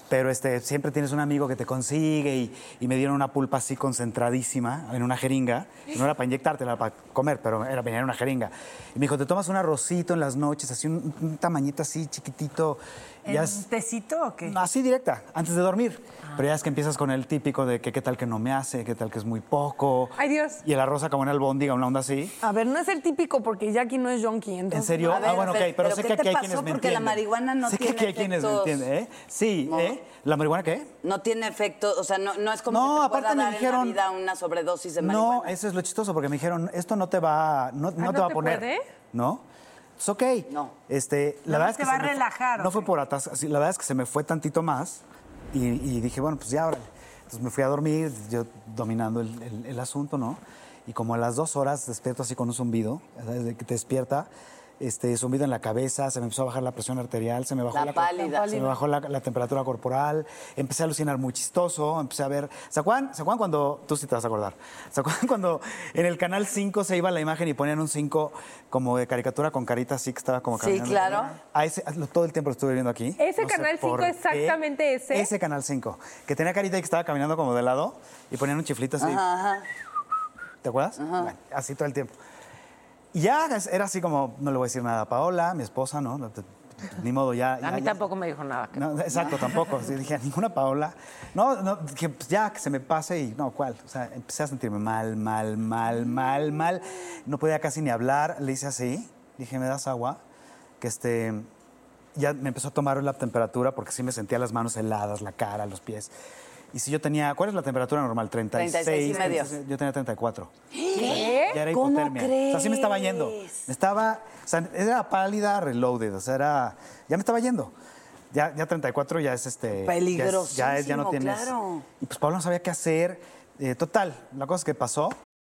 Speaker 12: Pero este, siempre tienes un amigo que te consigue y, y me dieron una pulpa así concentradísima en una jeringa. No era para inyectarte, era para comer, pero era, venía en una jeringa. Y me dijo, te tomas un arrocito en las noches, así un, un tamañito así chiquitito. y
Speaker 11: ¿En
Speaker 12: haz-
Speaker 11: un tecito o qué? Ah.
Speaker 12: Así directa, antes de dormir. Pero ya es que empiezas con el típico de que qué tal que no me hace, qué tal que es muy poco.
Speaker 11: Ay, Dios.
Speaker 12: Y el arroz acabó en albóndiga, una onda así.
Speaker 11: A ver, no es el típico porque Jackie no es yonki. Entonces...
Speaker 12: ¿En serio?
Speaker 7: A ver,
Speaker 12: ah, bueno, ok,
Speaker 7: pero-
Speaker 12: pero,
Speaker 7: pero
Speaker 12: sé
Speaker 7: ¿qué
Speaker 12: que
Speaker 7: te
Speaker 12: aquí hay
Speaker 7: pasó?
Speaker 12: quienes me
Speaker 7: Porque la
Speaker 12: entienden.
Speaker 7: marihuana no
Speaker 12: sé
Speaker 7: tiene
Speaker 12: que aquí hay quienes me
Speaker 7: efectos.
Speaker 12: entienden, ¿eh? Sí, ¿eh? ¿La marihuana qué?
Speaker 7: No tiene efecto, o sea, no, no es como
Speaker 12: No,
Speaker 7: que te pueda
Speaker 12: aparte me
Speaker 7: dar
Speaker 12: dijeron-
Speaker 7: en la vida una sobredosis de marihuana.
Speaker 12: No, eso es lo chistoso, porque me dijeron, esto no te va, no, no
Speaker 7: Ah, ¿no
Speaker 12: te va a
Speaker 7: te
Speaker 12: poner.
Speaker 7: puede?
Speaker 12: ¿No, es ok. No. Este, la
Speaker 11: Nada
Speaker 12: verdad
Speaker 11: más
Speaker 12: es que
Speaker 11: te va
Speaker 12: se
Speaker 11: a
Speaker 12: me fue-
Speaker 11: relajar, ¿o
Speaker 12: No fue por atas, sí, la verdad es que se me fue tantito más y, y dije, bueno, pues ya, órale. Entonces me fui a dormir, yo dominando el, el- el asunto, ¿no? Y como a las dos horas despierto así con un zumbido, ¿sabes? de que te despierta, este zumbido en la cabeza, se me empezó a bajar la presión arterial, se me bajó
Speaker 7: La pálida.
Speaker 12: se me bajó la, la temperatura corporal, empecé a alucinar muy chistoso, empecé a ver. ¿Se acuerdan, ¿se acuerdan cuando.? Tú sí te vas a acordar. ¿Se acuerdan cuando en el canal 5 se iba la imagen y ponían un 5 como de caricatura con carita así que estaba como
Speaker 7: Sí,
Speaker 12: caminando?
Speaker 7: claro.
Speaker 12: A ese, a- lo- todo el tiempo lo estuve viendo aquí.
Speaker 10: Ese
Speaker 12: No sé
Speaker 10: canal 5
Speaker 12: por qué.
Speaker 10: exactamente ese.
Speaker 12: Ese canal 5, que tenía carita y que estaba caminando como de lado y ponían un chiflito así.
Speaker 7: Ajá, ajá.
Speaker 12: ¿Te acuerdas? Bueno, así todo el tiempo. Y ya es- era así como, no le voy a decir nada a Paola, mi esposa, ¿no? No te- Ni modo, ya.
Speaker 8: A
Speaker 12: ya-
Speaker 8: mí
Speaker 12: ya-
Speaker 8: tampoco me dijo nada.
Speaker 12: no, exacto, tampoco. Sí, dije, ninguna Paola. No, no, dije, pues ya, que se me pase y no, ¿cuál? O sea, empecé a sentirme mal, mal, mal, mal, mal. No podía casi ni hablar. Le hice así. Dije, ¿me das agua? Que este. Ya me empezó a tomar la temperatura porque sí me sentía las manos heladas, la cara, los pies. Y si yo tenía, ¿cuál es la temperatura normal? 36.
Speaker 7: 36 y medio.
Speaker 12: 36, Yo tenía 34.
Speaker 7: ¿Qué?
Speaker 12: Ya era
Speaker 7: ¿Cómo
Speaker 12: hipotermia. O sea, sí me estaba yendo.
Speaker 7: crees?
Speaker 12: Me estaba, o sea, era pálida, reloaded, o sea, era, ya me estaba yendo. ya, ya 34 ya es este. ya es- Ya, es- ya no
Speaker 7: Peligrosísimo,
Speaker 12: tienes.
Speaker 7: claro.
Speaker 12: Y pues Pablo no sabía qué hacer. Eh, total, la cosa es que pasó.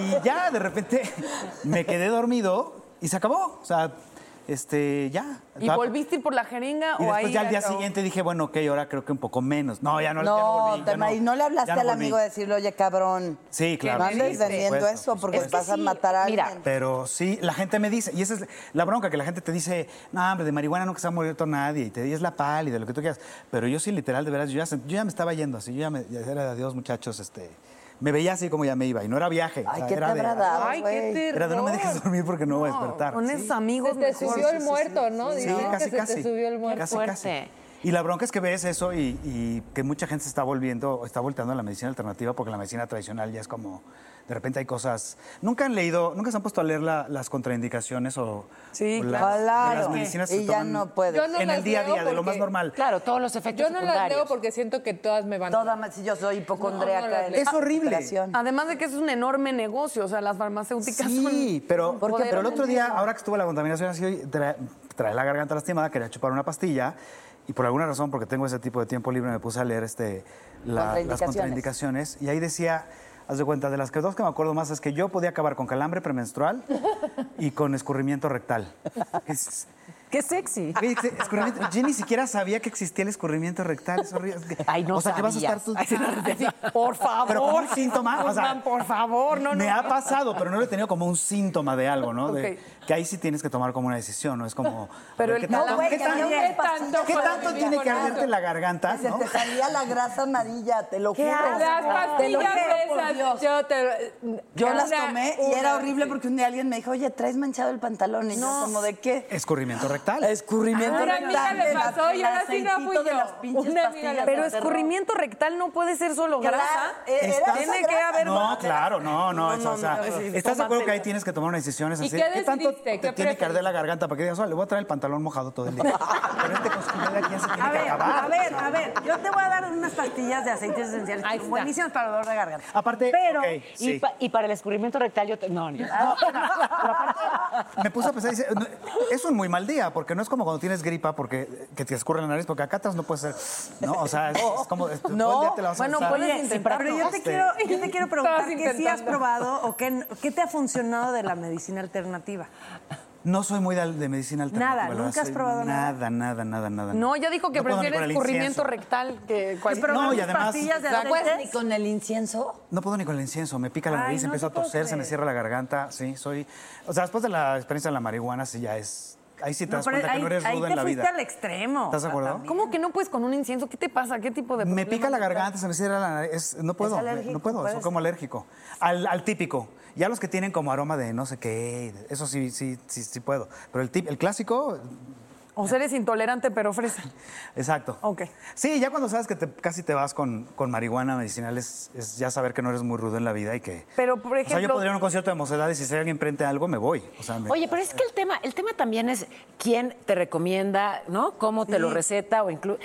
Speaker 12: Y ya, de repente, me quedé dormido y se acabó. O sea, este, ya.
Speaker 9: ¿Y volviste a ir por la jeringa
Speaker 12: Y
Speaker 9: o
Speaker 12: después
Speaker 9: ahí?
Speaker 12: ya al día
Speaker 9: acabó?
Speaker 12: siguiente dije, bueno, ok, ahora creo que un poco menos. No, ya no, ya no
Speaker 7: No,
Speaker 12: volví, ya
Speaker 7: Tama, y no le hablaste
Speaker 12: ya no
Speaker 7: al
Speaker 12: volví.
Speaker 7: amigo de decirle, oye, cabrón.
Speaker 12: Sí, claro.
Speaker 7: No andes
Speaker 12: sí, por
Speaker 7: vendiendo
Speaker 12: supuesto,
Speaker 7: eso
Speaker 12: por
Speaker 7: porque
Speaker 12: supuesto.
Speaker 7: vas a matar a alguien.
Speaker 12: Pero sí, la gente me dice, y esa es la bronca, que la gente te dice, no, hombre, de marihuana nunca se ha muerto nadie, y te dices la pálida, de lo que tú quieras. Pero yo sí, literal, de veras, yo ya, sent- yo ya me estaba yendo así, yo ya, me, ya era de adiós, muchachos, este... Me veía así como ya me iba, y no era viaje. o
Speaker 9: Ay,
Speaker 12: sea,
Speaker 9: ¿qué te
Speaker 12: era de,
Speaker 9: habrá dado,
Speaker 12: Ay,
Speaker 9: güey?
Speaker 12: qué Era de no me dejes
Speaker 9: terror".
Speaker 12: dormir porque no voy a despertar.
Speaker 9: Con
Speaker 12: Sí.
Speaker 9: esos amigos
Speaker 10: Se te
Speaker 9: mejor.
Speaker 10: subió el muerto, ¿no?
Speaker 9: Sí,
Speaker 10: Dicen que
Speaker 12: casi,
Speaker 10: se
Speaker 12: casi.
Speaker 10: te subió el muerto.
Speaker 12: Casi, casi. Y la bronca es que ves eso y, y que mucha gente se está volviendo, está volteando a la medicina alternativa porque la medicina tradicional ya es como, de repente hay cosas. Nunca han leído, nunca se han puesto a leer la- las contraindicaciones o, o las,
Speaker 7: claro.
Speaker 12: de
Speaker 7: Claro.
Speaker 12: las medicinas que
Speaker 7: Y
Speaker 12: se
Speaker 7: ya
Speaker 12: toman
Speaker 7: no puedes. Yo no
Speaker 12: en el
Speaker 7: las
Speaker 12: día a
Speaker 7: leo
Speaker 12: día, de lo más
Speaker 7: porque-
Speaker 12: normal.
Speaker 8: Claro, todos los efectos
Speaker 10: Yo no las leo porque siento que todas me van. Todas
Speaker 7: Si yo soy hipocondríaca.
Speaker 9: No, no, no,
Speaker 7: en
Speaker 9: es horrible.
Speaker 7: operación.
Speaker 9: Además de que es un enorme negocio, o sea, las farmacéuticas
Speaker 12: Sí, pero,
Speaker 9: ¿Por qué?
Speaker 12: pero el otro
Speaker 9: Poderosamente.
Speaker 12: día, ahora que estuvo la contaminación así, tra- trae, la garganta lastimada, quería chupar una pastilla y por alguna razón, porque tengo ese tipo de tiempo libre, me puse a leer este, la- las
Speaker 13: Contraindicaciones.
Speaker 12: contraindicaciones y ahí decía, haz de cuenta, de las que dos que me acuerdo más es que yo podía acabar con calambre premenstrual y con escurrimiento rectal. Es-
Speaker 8: Qué sexy.
Speaker 12: Oye, ese escurrimiento- yo ni siquiera sabía que existía el escurrimiento rectal. es horrible.
Speaker 8: Ay, no
Speaker 12: O sea, que vas a estar
Speaker 8: sabías.
Speaker 9: [laughs]
Speaker 12: tú...
Speaker 9: Por favor.
Speaker 12: Pero como un síntoma, o sea,
Speaker 9: Guzmán, por favor, no, no.
Speaker 12: me ha
Speaker 9: no.
Speaker 12: pasado, pero no lo he tenido como un síntoma de algo, ¿no? De-
Speaker 9: Ok.
Speaker 12: que ahí sí tienes que tomar como una decisión, ¿no? Es como. a
Speaker 7: Pero el
Speaker 12: ver, ¿qué tanto-
Speaker 7: calambre
Speaker 12: ¿qué
Speaker 7: también
Speaker 12: tanto-
Speaker 7: es pastilla
Speaker 12: ¿Qué
Speaker 7: para
Speaker 12: tanto
Speaker 7: vivir
Speaker 12: tiene que
Speaker 7: con
Speaker 12: arderte
Speaker 7: eso?
Speaker 12: la garganta?
Speaker 7: Se
Speaker 12: ¿no?
Speaker 7: te salía la grasa amarilla, te lo
Speaker 10: ¿Qué
Speaker 7: juro.
Speaker 10: haces? Las
Speaker 7: Te lo
Speaker 10: pastillas
Speaker 7: juro por
Speaker 10: esas,
Speaker 7: Dios.
Speaker 10: yo te-
Speaker 7: Yo las
Speaker 10: una-
Speaker 7: tomé y
Speaker 10: una-
Speaker 7: era horrible porque un día alguien me dijo, oye, traes manchado el pantalón. Y yo como, ¿de qué?
Speaker 12: Escurrimiento rectal.
Speaker 7: Escurrimiento
Speaker 9: Ahora
Speaker 7: rectal.
Speaker 9: le
Speaker 7: La-
Speaker 9: pasó y
Speaker 7: el
Speaker 9: ahora [laughs] sí no fui
Speaker 7: aceitito de
Speaker 9: yo.
Speaker 7: las pinches
Speaker 9: Una amiga
Speaker 7: pastillas
Speaker 9: le- Pero
Speaker 7: de
Speaker 9: escurrimiento rectal no puede ser solo
Speaker 7: Claro,
Speaker 9: grasa.
Speaker 7: eh, era esa
Speaker 9: Tiene que
Speaker 7: grasa.
Speaker 9: haber
Speaker 12: No, claro, no, no.
Speaker 9: No,
Speaker 12: eso,
Speaker 9: no,
Speaker 12: o sea,
Speaker 9: no, sí,
Speaker 12: ¿Estás de acuerdo que ahí
Speaker 9: tómatela.
Speaker 12: tienes que tomar unas decisiones
Speaker 9: ¿Y
Speaker 12: así?
Speaker 9: qué
Speaker 12: tanto
Speaker 9: decidiste?
Speaker 12: te
Speaker 9: ¿Qué
Speaker 12: tiene que
Speaker 9: prefieres?
Speaker 12: arder la garganta para que digas, "Órale, le voy a traer el pantalón mojado todo el día?
Speaker 9: [laughs]
Speaker 11: A ver,
Speaker 12: acabar,
Speaker 11: a ver, a ver, yo te voy a dar unas pastillas de aceites esenciales que son buenísimas para el dolor de garganta.
Speaker 12: Aparte,
Speaker 11: pero
Speaker 12: ok, sí.
Speaker 11: y, pa- y para el escurrimiento rectal yo te- no, no.
Speaker 12: Me puse a pensar, dice, "No, es un muy mal día, porque no es como cuando tienes gripa porque que te escurre la nariz, porque acá atrás no puede ser. No, o sea, Ah, es, es como. es- todo el día te la vas a
Speaker 11: Oh. bueno,
Speaker 12: pasar.
Speaker 11: puedes
Speaker 12: Oye,
Speaker 11: intentar. Pero yo te,
Speaker 12: Este,
Speaker 11: quiero, yo te quiero preguntar
Speaker 9: Estabas
Speaker 11: que si has
Speaker 9: intentando.
Speaker 11: probado o qué, qué te ha funcionado de la medicina alternativa.
Speaker 12: No soy muy de, de medicina alternativa.
Speaker 11: Nada,
Speaker 12: la verdad,
Speaker 11: nunca has
Speaker 12: soy
Speaker 11: probado nada.
Speaker 12: Nada, nada, nada, nada.
Speaker 9: No, ya dijo que
Speaker 12: No puedo ni
Speaker 9: prefiere
Speaker 12: con el
Speaker 9: escurrimiento
Speaker 12: incienso.
Speaker 9: rectal que
Speaker 12: pero
Speaker 9: cualquier
Speaker 12: no, y además- pastillas de
Speaker 9: Exacto.
Speaker 12: aceites.
Speaker 9: ni con el incienso?
Speaker 12: No puedo ni con el incienso, me pica la
Speaker 9: Ay,
Speaker 12: nariz,
Speaker 9: no
Speaker 12: empiezo
Speaker 9: te
Speaker 12: a
Speaker 9: puedo
Speaker 12: toser, se me
Speaker 9: creer.
Speaker 12: cierra la garganta, sí, soy... O sea, después de la experiencia de la marihuana, sí, ya es... Ahí sí te das cuenta que no eres rudo en la vida.
Speaker 9: extremo.
Speaker 12: ¿Estás de acuerdo?
Speaker 9: ¿Cómo que no puedes con un incienso? ¿Qué te pasa? ¿Qué tipo de
Speaker 12: Me pica la garganta, se me cierra la nariz, es- no puedo, me-
Speaker 9: alérgico,
Speaker 12: no puedo, soy
Speaker 9: puedes.
Speaker 12: como alérgico. Al, al típico, ya los que tienen como aroma de no sé qué, eso sí, sí, sí, sí puedo. Pero el, tip, el clásico,
Speaker 9: O sea, eres intolerante, pero fresa.
Speaker 12: exacto.
Speaker 9: Ok.
Speaker 12: Sí, ya cuando sabes que te- casi te vas con, con marihuana medicinal, es, es ya saber que no eres muy rudo en la vida y que...
Speaker 9: Pero, por
Speaker 12: o sea, yo
Speaker 11: ejemplo-
Speaker 12: podría ir a un concierto de mocedades y si alguien prende algo, me voy. O sea, me-
Speaker 11: Oye, pero es que el tema, el tema también es quién te recomienda, ¿no? Cómo te lo
Speaker 12: Sí.
Speaker 11: receta o incluso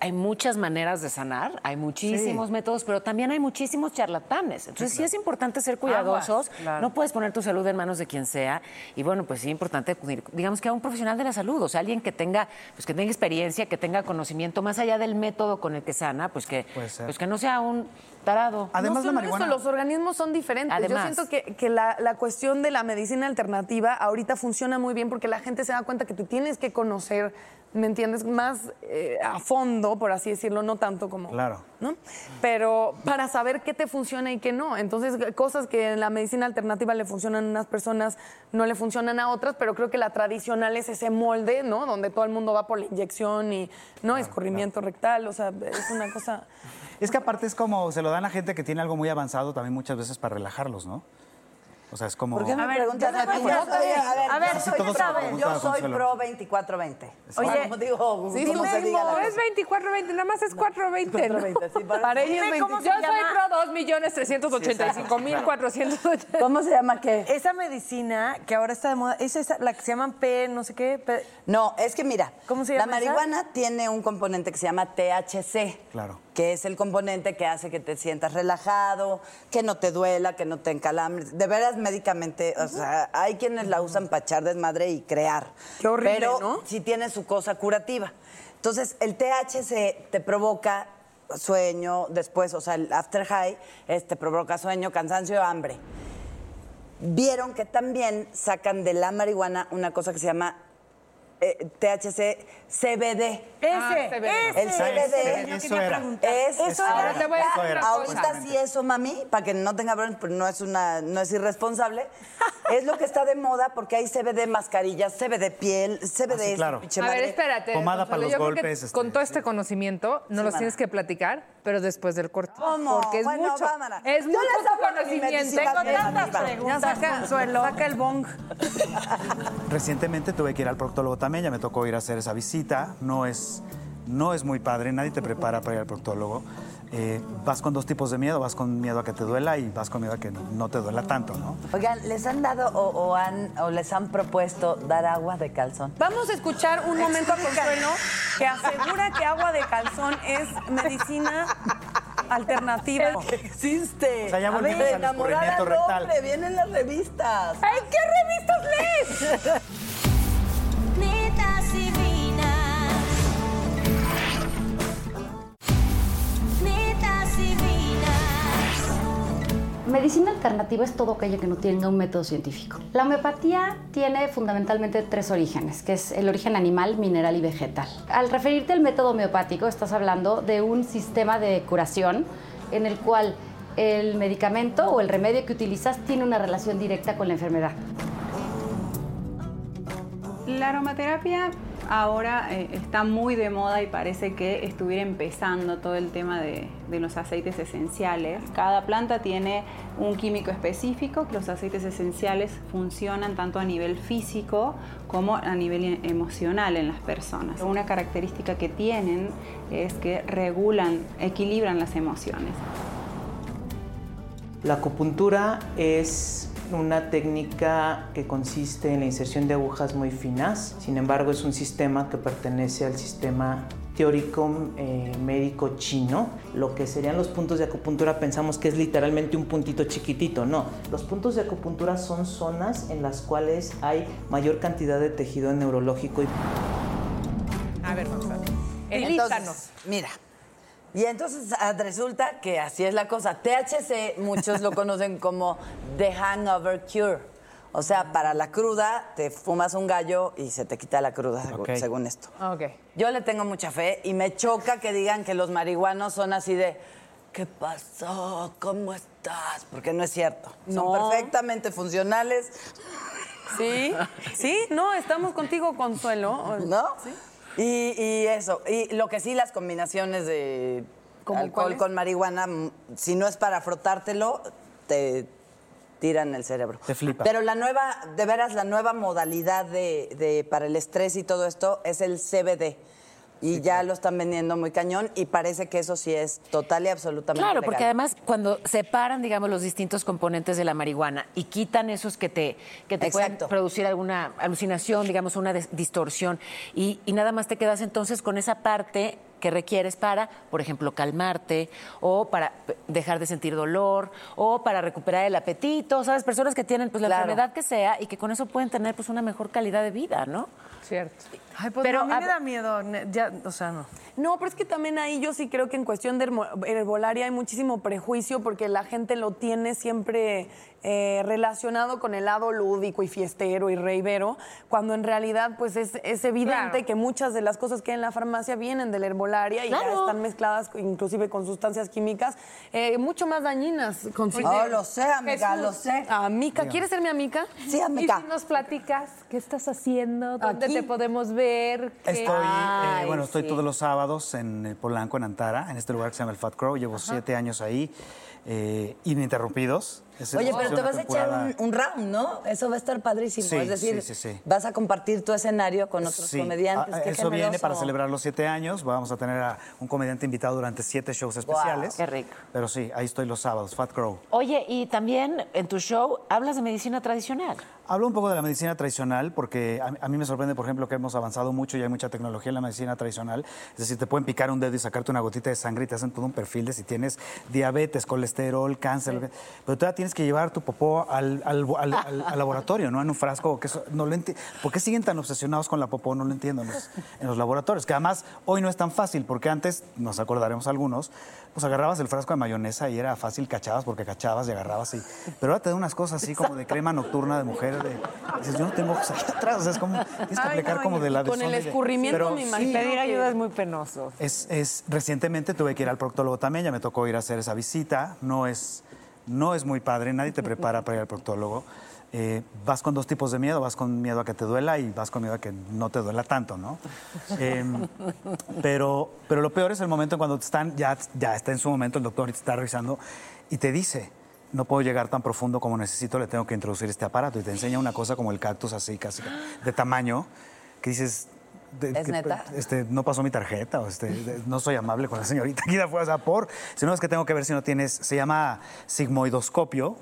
Speaker 11: hay muchas maneras de sanar, hay muchísimos
Speaker 8: Sí.
Speaker 11: métodos, pero también hay muchísimos charlatanes. Entonces sí, es importante ser
Speaker 8: Aguas,
Speaker 11: cuidadosos.
Speaker 8: claro.
Speaker 11: No puedes poner tu salud en manos de quien sea y bueno, pues sí es importante acudir, digamos que a un profesional de la salud, o sea, alguien que tenga pues que tenga experiencia, que tenga conocimiento más allá del método con el que sana, pues que pues que no sea un tarado.
Speaker 9: no solo eso, los organismos son diferentes.
Speaker 11: Además.
Speaker 9: Yo siento que, que la, la cuestión de la medicina alternativa ahorita funciona muy bien porque la gente se da cuenta que te tienes que conocer, ¿me entiendes? Más eh, a fondo, por así decirlo, no tanto como...
Speaker 12: Claro.
Speaker 9: ¿no? Pero para saber qué te funciona y qué no. Entonces, cosas que en la medicina alternativa le funcionan a unas personas, no le funcionan a otras, pero creo que la tradicional es ese molde, ¿no? Donde todo el mundo va por la inyección y, ¿no? Escurrimiento rectal, o sea, es una [laughs] cosa...
Speaker 12: Es que aparte es como se lo dan a gente que tiene algo muy avanzado también muchas veces para relajarlos, ¿no? O sea, es como.
Speaker 7: ¿Por qué me
Speaker 12: A ver,
Speaker 7: preguntas
Speaker 12: yo
Speaker 7: a ti?
Speaker 12: también
Speaker 7: Yo
Speaker 12: soy-
Speaker 7: soy- a ver,
Speaker 12: a ver,
Speaker 7: yo
Speaker 12: sí,
Speaker 7: soy-
Speaker 12: todos
Speaker 7: ya saben,
Speaker 12: somos
Speaker 7: yo
Speaker 12: juntos,
Speaker 7: soy
Speaker 12: Consuelo.
Speaker 7: pro 24-20.
Speaker 10: Oye,
Speaker 7: como digo,
Speaker 10: Sí,
Speaker 7: como se diga la
Speaker 10: es 24.20, nada más es 4.20. ¿no?
Speaker 7: Para ellos
Speaker 10: Dime
Speaker 7: 20.
Speaker 10: cómo se
Speaker 7: Yo
Speaker 10: llama.
Speaker 7: ¿Cómo se llama qué?
Speaker 11: Esa medicina que ahora está de moda, es esa, la que se llaman P, no sé qué. P-
Speaker 7: No, es que mira, la
Speaker 11: llama esa?
Speaker 7: marihuana tiene un componente que se llama THC.
Speaker 12: Claro.
Speaker 7: que es el componente que hace que te sientas relajado, que no te duela, que no te encalambres. De veras, médicamente, o sea, hay quienes la usan para echar desmadre y crear. Qué
Speaker 9: horrible,
Speaker 7: Pero
Speaker 9: ¿no?
Speaker 7: sí tiene su cosa curativa. Entonces, el THC te provoca sueño, después, o sea, el after high es, te provoca sueño, cansancio, hambre. Vieron que también sacan de la marihuana una cosa que se llama eh, THC CBD.
Speaker 11: Ah, CBD.
Speaker 7: El CBD.
Speaker 11: Yo quería preguntar.
Speaker 7: Eso,
Speaker 11: Eso era.
Speaker 7: era.
Speaker 11: Ahora te voy a decir
Speaker 7: Ya,
Speaker 11: una
Speaker 7: Ahorita
Speaker 11: cosa.
Speaker 7: sí eso, mami, para que no tenga bronce, pero no es una, no es irresponsable. es lo que está de moda porque hay CBD mascarillas, CBD piel, CBD.
Speaker 10: Ah, sí,
Speaker 12: claro.
Speaker 7: pinche
Speaker 10: a ver,
Speaker 7: madre.
Speaker 10: espérate. Consuelo, yo creo que Con todo este conocimiento, no los
Speaker 7: mana.
Speaker 10: tienes que platicar, pero después del corte.
Speaker 7: ¿Cómo?
Speaker 10: Porque es
Speaker 7: Bueno,
Speaker 10: mucho.
Speaker 7: va, mana.
Speaker 10: Es
Speaker 7: Yo
Speaker 10: mucho
Speaker 7: les
Speaker 10: tu
Speaker 7: hablo de mi
Speaker 10: conocimiento.
Speaker 7: medicina alternativa.
Speaker 11: Ya saca-
Speaker 9: saca el bong.
Speaker 12: Recientemente tuve que ir al proctólogo también, ya me tocó ir a hacer esa visita. No es, no es muy padre, nadie te prepara para ir al proctólogo. Eh, vas con dos tipos de miedo, vas con miedo a que te duela y vas con miedo a que no te duela tanto, ¿no?
Speaker 7: Oigan, ¿les han dado o, o han, o les han propuesto dar agua de calzón?
Speaker 9: Vamos a escuchar un momento a Consuelo que asegura que agua de calzón es medicina [laughs] alternativa.
Speaker 7: Existe.
Speaker 9: O sea, ya
Speaker 7: A
Speaker 9: volvimos
Speaker 7: ver,
Speaker 9: al
Speaker 7: enamorar al
Speaker 9: escurrimiento rectal.
Speaker 7: hombre, vienen las revistas.
Speaker 9: ¡Ay, qué revistas lees!
Speaker 6: Netas divinas. Netas divinas.
Speaker 13: Medicina alternativa es todo aquello que no tenga un método científico. La homeopatía tiene fundamentalmente tres orígenes, que es el origen animal, mineral y vegetal. Al referirte al método homeopático, estás hablando de un sistema de curación en el cual el medicamento o el remedio que utilizas tiene una relación directa con la enfermedad.
Speaker 14: La aromaterapia Ahora eh, está muy de moda y parece que estuviera empezando todo el tema de, de los aceites esenciales. Cada planta tiene un químico específico. Los aceites esenciales funcionan tanto a nivel físico como a nivel e- emocional en las personas. Una característica que tienen es que regulan, equilibran las emociones.
Speaker 15: La acupuntura es una técnica que consiste en la inserción de agujas muy finas, sin embargo es un sistema que pertenece al sistema teórico eh, médico chino. Lo que serían los puntos de acupuntura pensamos que es literalmente un puntito chiquitito, no. Los puntos de acupuntura son zonas en las cuales hay mayor cantidad de tejido neurológico. Y...
Speaker 7: A ver,
Speaker 10: Elízanos.
Speaker 7: Mira. Y entonces ah, resulta que así es la cosa. THC, muchos [laughs] lo conocen como The Hangover Cure. O sea, para la cruda, te fumas un gallo y se te quita la cruda, segu-
Speaker 10: Ok.
Speaker 7: según esto.
Speaker 10: Ok.
Speaker 7: Yo le tengo mucha fe y me choca que digan que los marihuanos son así de, ¿qué pasó? ¿Cómo estás? Porque no es cierto.
Speaker 9: No.
Speaker 7: Son perfectamente funcionales.
Speaker 9: Sí, sí, no, estamos contigo, Consuelo.
Speaker 7: ¿No? Y, y eso. Y lo que sí, las combinaciones de
Speaker 9: ¿Cómo
Speaker 7: alcohol
Speaker 9: cuáles?
Speaker 7: con marihuana, mm, si no es para frotártelo, te tiran el cerebro.
Speaker 12: Te flipa.
Speaker 7: Pero la nueva, de veras, la nueva modalidad de, de- para el estrés y todo esto es el CBD. Y ya lo están vendiendo muy cañón y parece que eso sí es total y absolutamente
Speaker 8: Claro, porque
Speaker 7: legal.
Speaker 8: además cuando separan, digamos, los distintos componentes de la marihuana y quitan esos que te, que te pueden producir alguna alucinación, digamos, una des- distorsión, y, y nada más te quedas entonces con esa parte que requieres para, por ejemplo, calmarte o para p- dejar de sentir dolor o para recuperar el apetito, ¿sabes? Personas que tienen pues la
Speaker 11: Claro.
Speaker 8: enfermedad que sea y que con eso pueden tener pues una mejor calidad de vida, ¿no?
Speaker 10: Cierto.
Speaker 9: Ay, pues
Speaker 8: Pero
Speaker 9: no, a mí
Speaker 8: a-
Speaker 9: me da miedo, ne- ya, o sea, no. No, pero es que también ahí yo sí creo que en cuestión de hermo- herbolaria hay muchísimo prejuicio porque la gente lo tiene siempre eh, relacionado con el lado lúdico y fiestero y reivero, cuando en realidad pues es, es evidente
Speaker 11: Claro.
Speaker 9: que muchas de las cosas que hay en la farmacia vienen de la herbolaria y ya
Speaker 11: Claro.
Speaker 9: están mezcladas inclusive con sustancias químicas eh, mucho más dañinas.
Speaker 7: Oh, lo sé, amiga, lo sé.
Speaker 9: Amica, ¿quieres ser mi amiga?
Speaker 7: Sí, amiga.
Speaker 10: ¿Y si nos platicas qué estás haciendo? ¿Dónde te podemos ver? ¿Qué-
Speaker 12: Estoy, eh, bueno, estoy todos los sábados en eh, Polanco, en Antara, en este lugar que se llama el Fat Crow. Llevo siete años ahí, eh, ininterrumpidos. Es-
Speaker 7: Oye,
Speaker 12: es
Speaker 7: pero te
Speaker 12: una
Speaker 7: vas a echar
Speaker 12: temporada-
Speaker 7: un, un round, ¿no? Eso va a estar padrísimo.
Speaker 12: Sí,
Speaker 7: es decir,
Speaker 12: sí, sí, sí.
Speaker 7: vas a compartir tu escenario con otros
Speaker 12: Sí.
Speaker 7: comediantes.
Speaker 12: Ah,
Speaker 7: Qué
Speaker 12: Eso viene para
Speaker 7: generoso.
Speaker 12: celebrar los siete años. Vamos a tener a un comediante invitado durante siete shows especiales.
Speaker 8: qué rico.
Speaker 12: Pero sí, ahí estoy los sábados, Fat Crow.
Speaker 8: Oye, y también en tu show hablas de medicina tradicional.
Speaker 12: Hablo un poco de la medicina tradicional porque a, a mí me sorprende, por ejemplo, que hemos avanzado mucho y hay mucha tecnología en la medicina tradicional. Es decir, te pueden picar un dedo y sacarte una gotita de sangre y te hacen todo un perfil de si tienes diabetes, colesterol, cáncer. lo que- Pero todavía tienes que llevar tu popó al, al- al- al- al laboratorio, ¿no? En un frasco. Que eso- no lo enti- ¿Por qué siguen tan obsesionados con la popó? No lo entiendo. En los, en los laboratorios. Que además hoy no es tan fácil porque antes, nos acordaremos algunos, pues agarrabas el frasco de mayonesa y era fácil, cachabas porque cachabas y agarrabas y... Pero ahora te da unas cosas así como de crema nocturna de mujer, de... Dices, yo no tengo ojos aquí atrás, o sea, es como... Tienes que
Speaker 9: Ay,
Speaker 12: aplicar
Speaker 9: no,
Speaker 12: como
Speaker 9: y
Speaker 12: de la...
Speaker 9: con el
Speaker 12: desorden de-
Speaker 9: escurrimiento
Speaker 12: Pero
Speaker 9: me
Speaker 12: sí,
Speaker 9: imagino
Speaker 12: creo
Speaker 9: que-
Speaker 12: que-
Speaker 9: ayuda
Speaker 8: es muy penoso.
Speaker 12: es, es- recientemente tuve que ir al proctólogo también, ya me tocó ir a hacer esa visita. No es, no es muy padre, nadie te prepara para ir al proctólogo. Eh, vas con dos tipos de miedo, vas con miedo a que te duela y vas con miedo a que no te duela tanto, ¿no? Em, pero, pero lo peor es el momento en cuando te están, ya, ya está en su momento, el doctor te está revisando y te dice, no puedo llegar tan profundo como necesito, le tengo que introducir este aparato. Y te enseña una cosa como el cactus así, casi de tamaño, que dices... de-
Speaker 7: ¿Es
Speaker 12: que-
Speaker 7: neta?
Speaker 12: Este, no pasó mi tarjeta, o este, de- no soy amable con la señorita aquí de afuera, o sea, por... Si no, es que tengo que ver si no tienes... Se llama sigmoidoscopio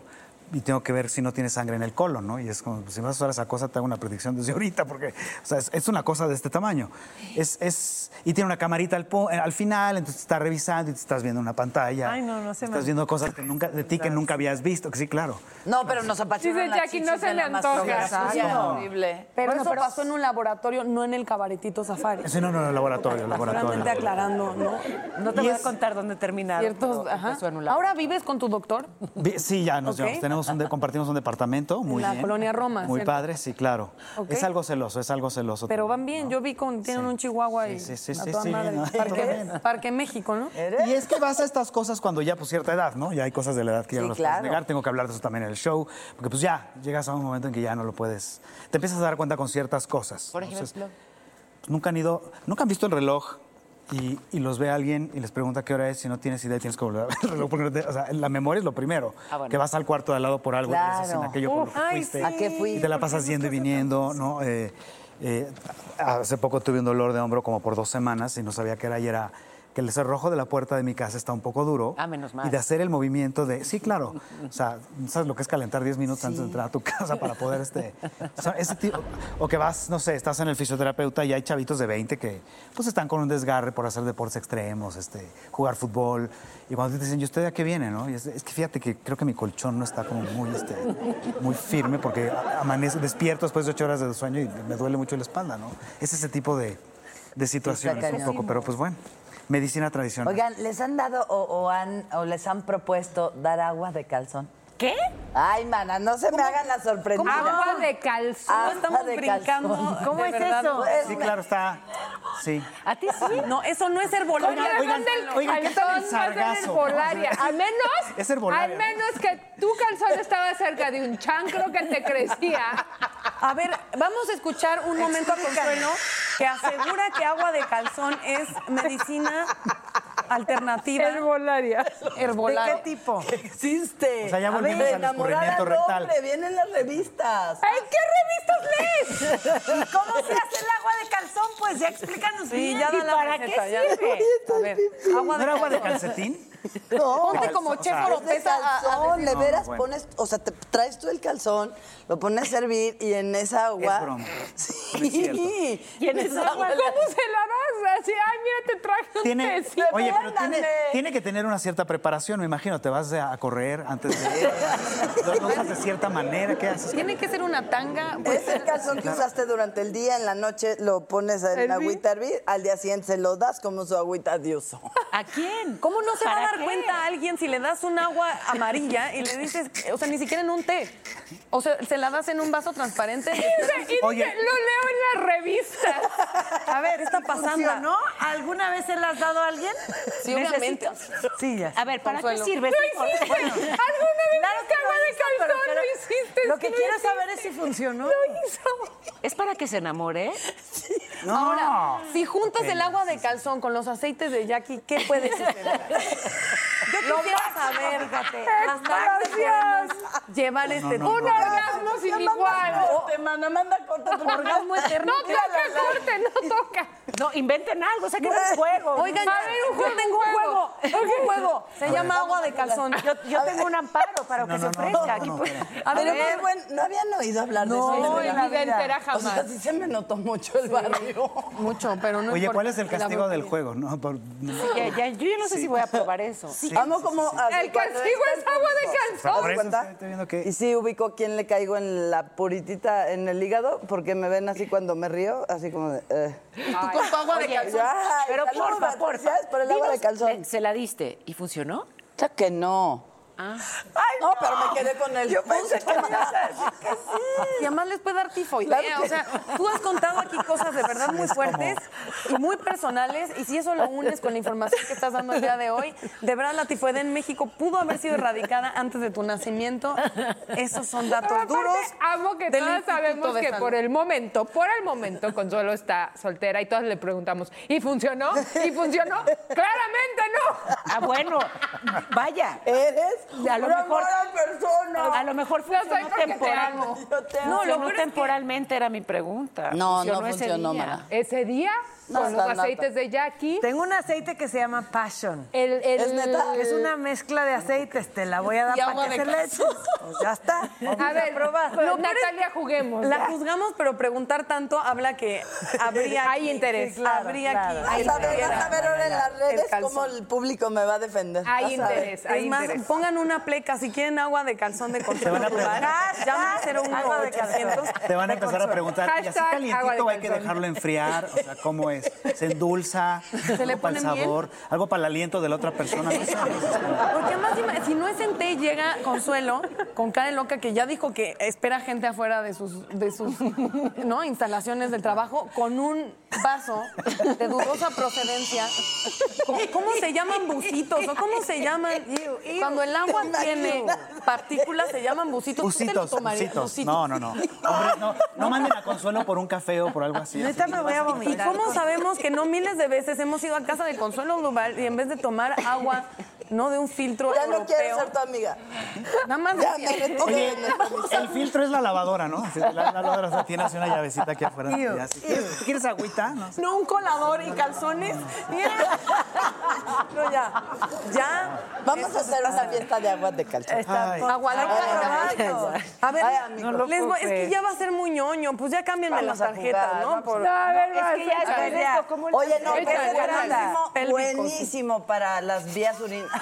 Speaker 12: y tengo que ver si no tienes sangre en el colon, ¿no? Y es como, pues, si me vas a usar esa cosa, te hago una predicción desde [laughs] ahorita, porque, o sea, es, es una cosa de este tamaño. Es, es, y tiene una camarita al, po- al final, entonces te está revisando y te estás viendo una pantalla.
Speaker 9: Ay, no, no se me-
Speaker 12: Estás viendo cosas que nunca, de ti que nunca habías visto, que sí, claro.
Speaker 7: No, pero nos apachurran
Speaker 9: Dice
Speaker 7: las
Speaker 9: Jackie, no
Speaker 7: chichis
Speaker 9: se
Speaker 7: en
Speaker 9: le
Speaker 7: la
Speaker 9: antoja.
Speaker 7: mastografía.
Speaker 9: Exacto.
Speaker 7: Sí, es
Speaker 12: No.
Speaker 7: horrible.
Speaker 9: Pero eso pasó en un laboratorio, no en el cabaretito safari.
Speaker 12: Ese no, no, no, laboratorio, laboratorio.
Speaker 9: Solamente aclarando, ¿no?
Speaker 8: No te voy a contar dónde terminaron.
Speaker 9: Ciertos, ajá. Ahora vives con tu doctor
Speaker 12: Vi- Sí, ya nos
Speaker 9: Ok.
Speaker 12: llevamos. Tenemos un de- compartimos un departamento,
Speaker 9: en
Speaker 12: muy
Speaker 9: la
Speaker 12: bien.
Speaker 9: colonia Roma.
Speaker 12: Muy
Speaker 9: ¿cierto?
Speaker 12: padre, sí, claro.
Speaker 9: Ok.
Speaker 12: Es algo celoso, es algo celoso.
Speaker 9: Pero van bien, yo vi con tienen un chihuahua y
Speaker 12: Sí, sí, sí,
Speaker 9: a
Speaker 12: sí,
Speaker 9: toda
Speaker 12: sí,
Speaker 9: madre.
Speaker 12: no,
Speaker 9: Parque, Parque México, ¿no?
Speaker 12: Y es que vas a estas cosas cuando ya, pues, cierta edad, ¿no? Ya hay cosas de la edad que ya
Speaker 9: Sí,
Speaker 12: no las
Speaker 9: claro.
Speaker 12: puedes negar. Tengo que hablar de eso también en el show. Porque, pues, ya llegas a un momento en que ya no lo puedes. Te empiezas a dar cuenta con ciertas cosas.
Speaker 8: Por
Speaker 12: Entonces,
Speaker 8: ejemplo.
Speaker 12: nunca han ido, nunca han visto el reloj y, y los ve alguien y les pregunta qué hora es, si no tienes idea tienes que volver a ver el reloj. porque no te- o sea, la memoria es lo primero,
Speaker 7: Ah, bueno.
Speaker 12: que vas al cuarto de al lado por algo,
Speaker 7: Claro.
Speaker 12: regresas en aquello por lo
Speaker 7: Uf,
Speaker 12: que
Speaker 7: ay,
Speaker 12: fuiste.
Speaker 7: sí. ¿A qué fui?
Speaker 12: Y te la pasas yendo y viniendo, ¿no? Eh, eh, hace poco tuve un dolor de hombro como por dos semanas y no sabía qué era y era que el cerrojo de la puerta de mi casa está un poco duro.
Speaker 8: Ah, menos mal.
Speaker 12: Y
Speaker 8: [laughs]
Speaker 12: de hacer el movimiento de, sí, claro, o sea, ¿sabes lo que es calentar 10 minutos antes de entrar a tu casa para poder este... o, sea, ese tipo- o que vas, no sé, estás en el fisioterapeuta y hay chavitos de 20 que pues están con un desgarre por hacer deportes extremos, este, jugar fútbol, y cuando te dicen, ¿y usted a qué viene? No? Y es, es que fíjate que creo que mi colchón no está como muy, este, muy firme porque amanece, despierto después de 8 horas de sueño y me duele mucho la espalda, ¿no? Es ese tipo de, de situaciones un
Speaker 7: cañón.
Speaker 12: poco, pero pues bueno, medicina tradicional.
Speaker 7: Oigan, ¿les han dado o, o han, o les han propuesto dar agua de calzón?
Speaker 8: ¿Qué?
Speaker 7: Ay, mana, no se me hagan la sorprendida.
Speaker 10: Agua de calzón.
Speaker 7: Agua
Speaker 10: Estamos
Speaker 7: de
Speaker 10: brincando.
Speaker 7: calzón.
Speaker 10: ¿Cómo
Speaker 7: De
Speaker 10: es
Speaker 7: verdad,
Speaker 10: eso?
Speaker 7: pues,
Speaker 12: Sí, claro, está. Sí.
Speaker 8: ¿A ti sí? No, eso no es herbolaria.
Speaker 10: Oigan, oigan, oigan, ¿qué tal el sargazo? herbolaria. A [laughs] menos,
Speaker 12: Es herbolaria.
Speaker 10: al menos que tu calzón estaba cerca de un chancro que te crecía.
Speaker 9: A ver, vamos a escuchar un momento a Consuelo que asegura que agua de calzón es medicina alternativa. Herbolaria.
Speaker 11: Herbolaria.
Speaker 9: ¿De qué tipo?
Speaker 7: Existe.
Speaker 12: O sea, ya volvimos al escurrimiento rectal.
Speaker 7: doble, vienen las revistas.
Speaker 9: ¡Ay, qué revistas lees!
Speaker 7: [laughs]
Speaker 11: ¿Cómo se hace el agua de calzón? Pues ya explícanos
Speaker 9: Sí,
Speaker 11: bien.
Speaker 9: ya da
Speaker 11: ¿Y
Speaker 9: la
Speaker 11: para
Speaker 9: receta,
Speaker 11: qué
Speaker 9: ya.
Speaker 11: sirve?
Speaker 9: A ver, agua
Speaker 12: ¿No era agua
Speaker 9: [laughs]
Speaker 12: de calcetín?
Speaker 9: Ponte como
Speaker 7: chef
Speaker 9: Chef Oropesa a- a
Speaker 7: calzón,
Speaker 9: decir-
Speaker 7: de
Speaker 12: No,
Speaker 7: veras
Speaker 12: bueno.
Speaker 7: pones, o sea, te traes tú el calzón, lo pones a servir y en esa agua. [laughs]
Speaker 12: Es broma. es cierto.
Speaker 7: Sí.
Speaker 10: Y en esa agua, ¿cómo se la vas? Así, ay, mira, te traje un
Speaker 12: Tiene,
Speaker 10: tecito.
Speaker 12: oye, pero tiene,
Speaker 10: Ándale.
Speaker 12: tiene que tener una cierta preparación, me imagino. Te vas a a correr antes de lo- Lo usas de cierta manera. ¿Qué haces?
Speaker 9: Tiene que ser una tanga. pues,
Speaker 7: Es el calzón que usaste durante el día, en la noche lo pones en
Speaker 9: Hervir.
Speaker 7: agüita a hervir, al día siguiente se lo das como su agüita de uso.
Speaker 9: ¿A quién? ¿Cómo no se va a dar cuenta a alguien si le das un agua amarilla y le dices, o sea, ni siquiera en un té? O sea, se la das en un vaso transparente.
Speaker 10: Y dice- y dice, Oye.
Speaker 9: leo en la revista. A ver, ¿qué está pasando?
Speaker 11: ¿Funcionó? ¿Alguna vez se la has dado a alguien?
Speaker 9: Sí, obviamente.
Speaker 11: Sí, ya.
Speaker 9: A ver, ¿para qué
Speaker 11: Consuelo.
Speaker 9: sirve?
Speaker 11: Lo hiciste.
Speaker 9: Bueno.
Speaker 11: ¿Alguna vez
Speaker 9: Claro que
Speaker 11: agua de
Speaker 9: calzón lo
Speaker 11: hiciste? Lo que
Speaker 9: lo
Speaker 11: quiero saber es si
Speaker 8: [laughs]
Speaker 11: funcionó.
Speaker 8: ¿Es para que se enamore?
Speaker 12: No.
Speaker 9: Ahora, si juntas
Speaker 8: Ok,
Speaker 9: el agua de calzón con los aceites de Jackie, ¿qué puede suceder? Yo quisiera saber, fíjate, hasta dónde podemos llevar este
Speaker 10: no, Un no. orgasmo sin igual.
Speaker 7: Te
Speaker 8: Ah,
Speaker 7: manda, manda corta
Speaker 8: [laughs]
Speaker 7: tu
Speaker 9: orgasmo eterno.
Speaker 10: No toca, corte, no toca.
Speaker 8: No, inventen algo, saquen un juego.
Speaker 9: Oigan,
Speaker 8: a
Speaker 9: yo- yo tengo un juego, tengo un juego. Se llama agua de calzón.
Speaker 8: Yo, yo
Speaker 9: A
Speaker 8: tengo un amparo
Speaker 12: [laughs]
Speaker 8: para
Speaker 9: no,
Speaker 8: que se
Speaker 9: no, no,
Speaker 8: ofrezca.
Speaker 9: no,
Speaker 8: Aquí
Speaker 9: no,
Speaker 8: pues-
Speaker 7: A ver, muy buen- no habían oído hablar de
Speaker 9: No,
Speaker 7: eso.
Speaker 9: en
Speaker 7: de verdad.
Speaker 9: la vida entera
Speaker 7: O sea,
Speaker 9: jamás.
Speaker 7: sí se me notó mucho el barrio.
Speaker 9: Mucho, pero no
Speaker 12: Oye,
Speaker 9: por-
Speaker 12: ¿cuál es el
Speaker 9: la
Speaker 12: castigo del
Speaker 9: brutalidad.
Speaker 12: juego? No, por- no.
Speaker 8: Ya, ya, yo ya no sé si voy a probar eso.
Speaker 9: Ah,
Speaker 7: Amo como... así
Speaker 10: El
Speaker 7: cuando
Speaker 10: castigo
Speaker 7: está
Speaker 10: es agua de
Speaker 7: el
Speaker 12: calzón.
Speaker 7: ¿Se dan cuenta? Y sí ubicó quién le caigo en la puritita en el hígado, porque me ven así cuando me río, así como de... eh.
Speaker 9: Y tú con tu agua de
Speaker 8: Oye,
Speaker 9: calzón.
Speaker 7: Ay,
Speaker 8: Pero
Speaker 7: saludos,
Speaker 8: porfa, porfa.
Speaker 7: felicidades por el agua de
Speaker 8: Dinos,
Speaker 7: calzón.
Speaker 8: le- ¿Se la diste y funcionó?
Speaker 7: Claro que no.
Speaker 8: Ah.
Speaker 7: Ay, no, pero me quedé
Speaker 10: [laughs]
Speaker 7: con él. Yo pensé que me ibas a decir que sí.
Speaker 9: Y además les puede dar tifoidea.
Speaker 7: Claro que-
Speaker 9: O sea, tú has contado aquí cosas de verdad muy fuertes y muy personales. Y si eso lo unes con la información que estás dando el día de hoy, de verdad la tifoidea en México pudo haber sido erradicada antes de tu nacimiento. Esos son datos
Speaker 10: Aparte,
Speaker 9: duros.
Speaker 10: Amo que
Speaker 9: del
Speaker 10: todas
Speaker 9: Instituto
Speaker 10: sabemos
Speaker 9: de
Speaker 10: que
Speaker 9: Salud.
Speaker 10: por el momento, por el momento, Consuelo está soltera y todas le preguntamos, ¿y funcionó? ¿Y funcionó? Claramente no.
Speaker 8: Ah, bueno, vaya.
Speaker 7: Eres
Speaker 8: A lo
Speaker 7: una
Speaker 8: mejor-
Speaker 7: mala persona.
Speaker 8: A lo mejor
Speaker 10: soy
Speaker 8: funcionó
Speaker 10: porque te
Speaker 8: temporal.
Speaker 10: amo.
Speaker 7: Yo te
Speaker 8: No,
Speaker 7: amo.
Speaker 8: lo no temporalmente era mi pregunta.
Speaker 7: No, no
Speaker 8: ese
Speaker 7: funcionó,
Speaker 8: día.
Speaker 7: mana.
Speaker 10: Ese día,
Speaker 7: No,
Speaker 10: con los
Speaker 7: está nota.
Speaker 10: aceites de Jackie,
Speaker 9: Tengo un aceite que se llama Passion.
Speaker 10: el, el-
Speaker 7: ¿Es neta?
Speaker 9: Es una mezcla de aceites, te la voy a dar
Speaker 11: Y
Speaker 9: para
Speaker 11: agua
Speaker 9: que
Speaker 11: de
Speaker 9: se la eches. Pues ya está.
Speaker 10: A ver,
Speaker 9: No,
Speaker 10: no, Natalia, juguemos.
Speaker 9: La juzgamos, pero preguntar tanto habla que habría
Speaker 10: Hay interés.
Speaker 9: habría aquí.
Speaker 7: Vas a ver, vas a ver ahora en las redes
Speaker 9: calzón.
Speaker 7: cómo el público me va a defender.
Speaker 10: Hay
Speaker 7: Vas a ver.
Speaker 10: interés, hay
Speaker 9: Es más,
Speaker 10: interés.
Speaker 9: pongan una pleca si quieren agua de calzón de consuelo.
Speaker 12: van a
Speaker 9: rural, Llamen 01
Speaker 11: Agua de calzón.
Speaker 9: 800.
Speaker 12: Te van a empezar a preguntar, ¿y así
Speaker 10: Hashtag agua de
Speaker 12: calientito o hay que
Speaker 10: calzón.
Speaker 12: dejarlo enfriar? O sea, ¿cómo es? ¿Se endulza?
Speaker 9: ¿Se le
Speaker 12: ¿Algo para el
Speaker 9: pone miel?
Speaker 12: sabor? ¿Algo para el aliento de la otra
Speaker 9: [laughs]
Speaker 12: persona? No sé.
Speaker 9: Porque además, ima- si no es en té, llega Consuelo con cara de loca que ya dijo que espera gente afuera de sus, de sus ¿no? instalaciones del trabajo con un [laughs] vaso de dudosa procedencia. ¿Cómo, cómo se llaman bucitos o cómo se llaman? Cuando el agua tiene partículas se llaman bucitos. ¿Tú te lo
Speaker 12: Bucitos,
Speaker 9: tomarías?
Speaker 12: bucitos. No, no, no. Hombre, no, no manden a Consuelo por un café o por algo así.
Speaker 9: Neta, me voy a vomitar. ¿Y cómo
Speaker 12: sabes?
Speaker 9: sabemos que no miles de veces hemos ido a casa de Consuelo Global y en vez de tomar agua, no de un filtro
Speaker 16: Ya
Speaker 9: europeo?
Speaker 16: no quiero ser tu amiga.
Speaker 9: Nada más
Speaker 16: Ya me metí
Speaker 12: Oye,
Speaker 16: en el
Speaker 12: El filtro es la lavadora, ¿no? Así, La, la lavadora o sea, tiene así una llavecita aquí afuera.
Speaker 9: Ew.
Speaker 12: y así. ¿Quieres- ¿Quieres agüita? No.
Speaker 9: No, un colador y calzones. No, ya. Ya.
Speaker 16: Vamos a hacer una fiesta de aguas de calzón.
Speaker 9: Está Ay. Agua de
Speaker 16: Ay,
Speaker 9: calzón.
Speaker 16: ay,
Speaker 9: A ver,
Speaker 16: ay, amigo.
Speaker 9: les voy- es que ya va a ser muy ñoño. Pues ya cámbienme
Speaker 16: Vamos
Speaker 9: las
Speaker 16: a
Speaker 9: tarjetas,
Speaker 16: jugar,
Speaker 9: ¿no?
Speaker 16: vamos a jugar.
Speaker 9: es que ya
Speaker 16: A ver, ya. Oye, no, pero buenísimo, buenísimo para las vías urinarias.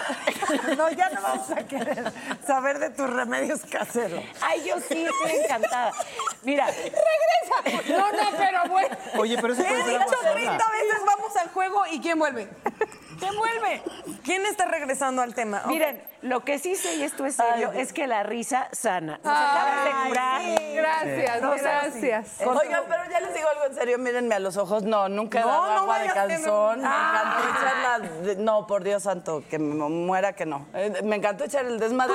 Speaker 11: No, ya no vamos a querer saber de tus remedios caseros.
Speaker 8: Ay, yo sí, estoy encantada. Mira.
Speaker 11: Regresa.
Speaker 8: No, no, pero bueno.
Speaker 12: Oye, pero eso
Speaker 9: Le
Speaker 12: puede
Speaker 9: he
Speaker 12: ser
Speaker 9: dicho
Speaker 12: agua sola.
Speaker 9: 30 veces vamos al juego y ¿quién vuelve? ¿Quién vuelve? ¿Quién está regresando al tema?
Speaker 8: Miren, lo que sí sé, y esto es serio, es que la risa sana. Nos acabas de curar. Nos-
Speaker 16: Sí. Oigan, pero ya les digo algo en serio, mírenme a los ojos. No, nunca he
Speaker 8: No,
Speaker 16: dado
Speaker 8: no
Speaker 16: agua de
Speaker 8: vayas, que
Speaker 16: calzón.
Speaker 8: no.
Speaker 16: Me encantó echarla de- No, por Dios santo, que me muera que no. Eh, Me encantó echar el desmadre.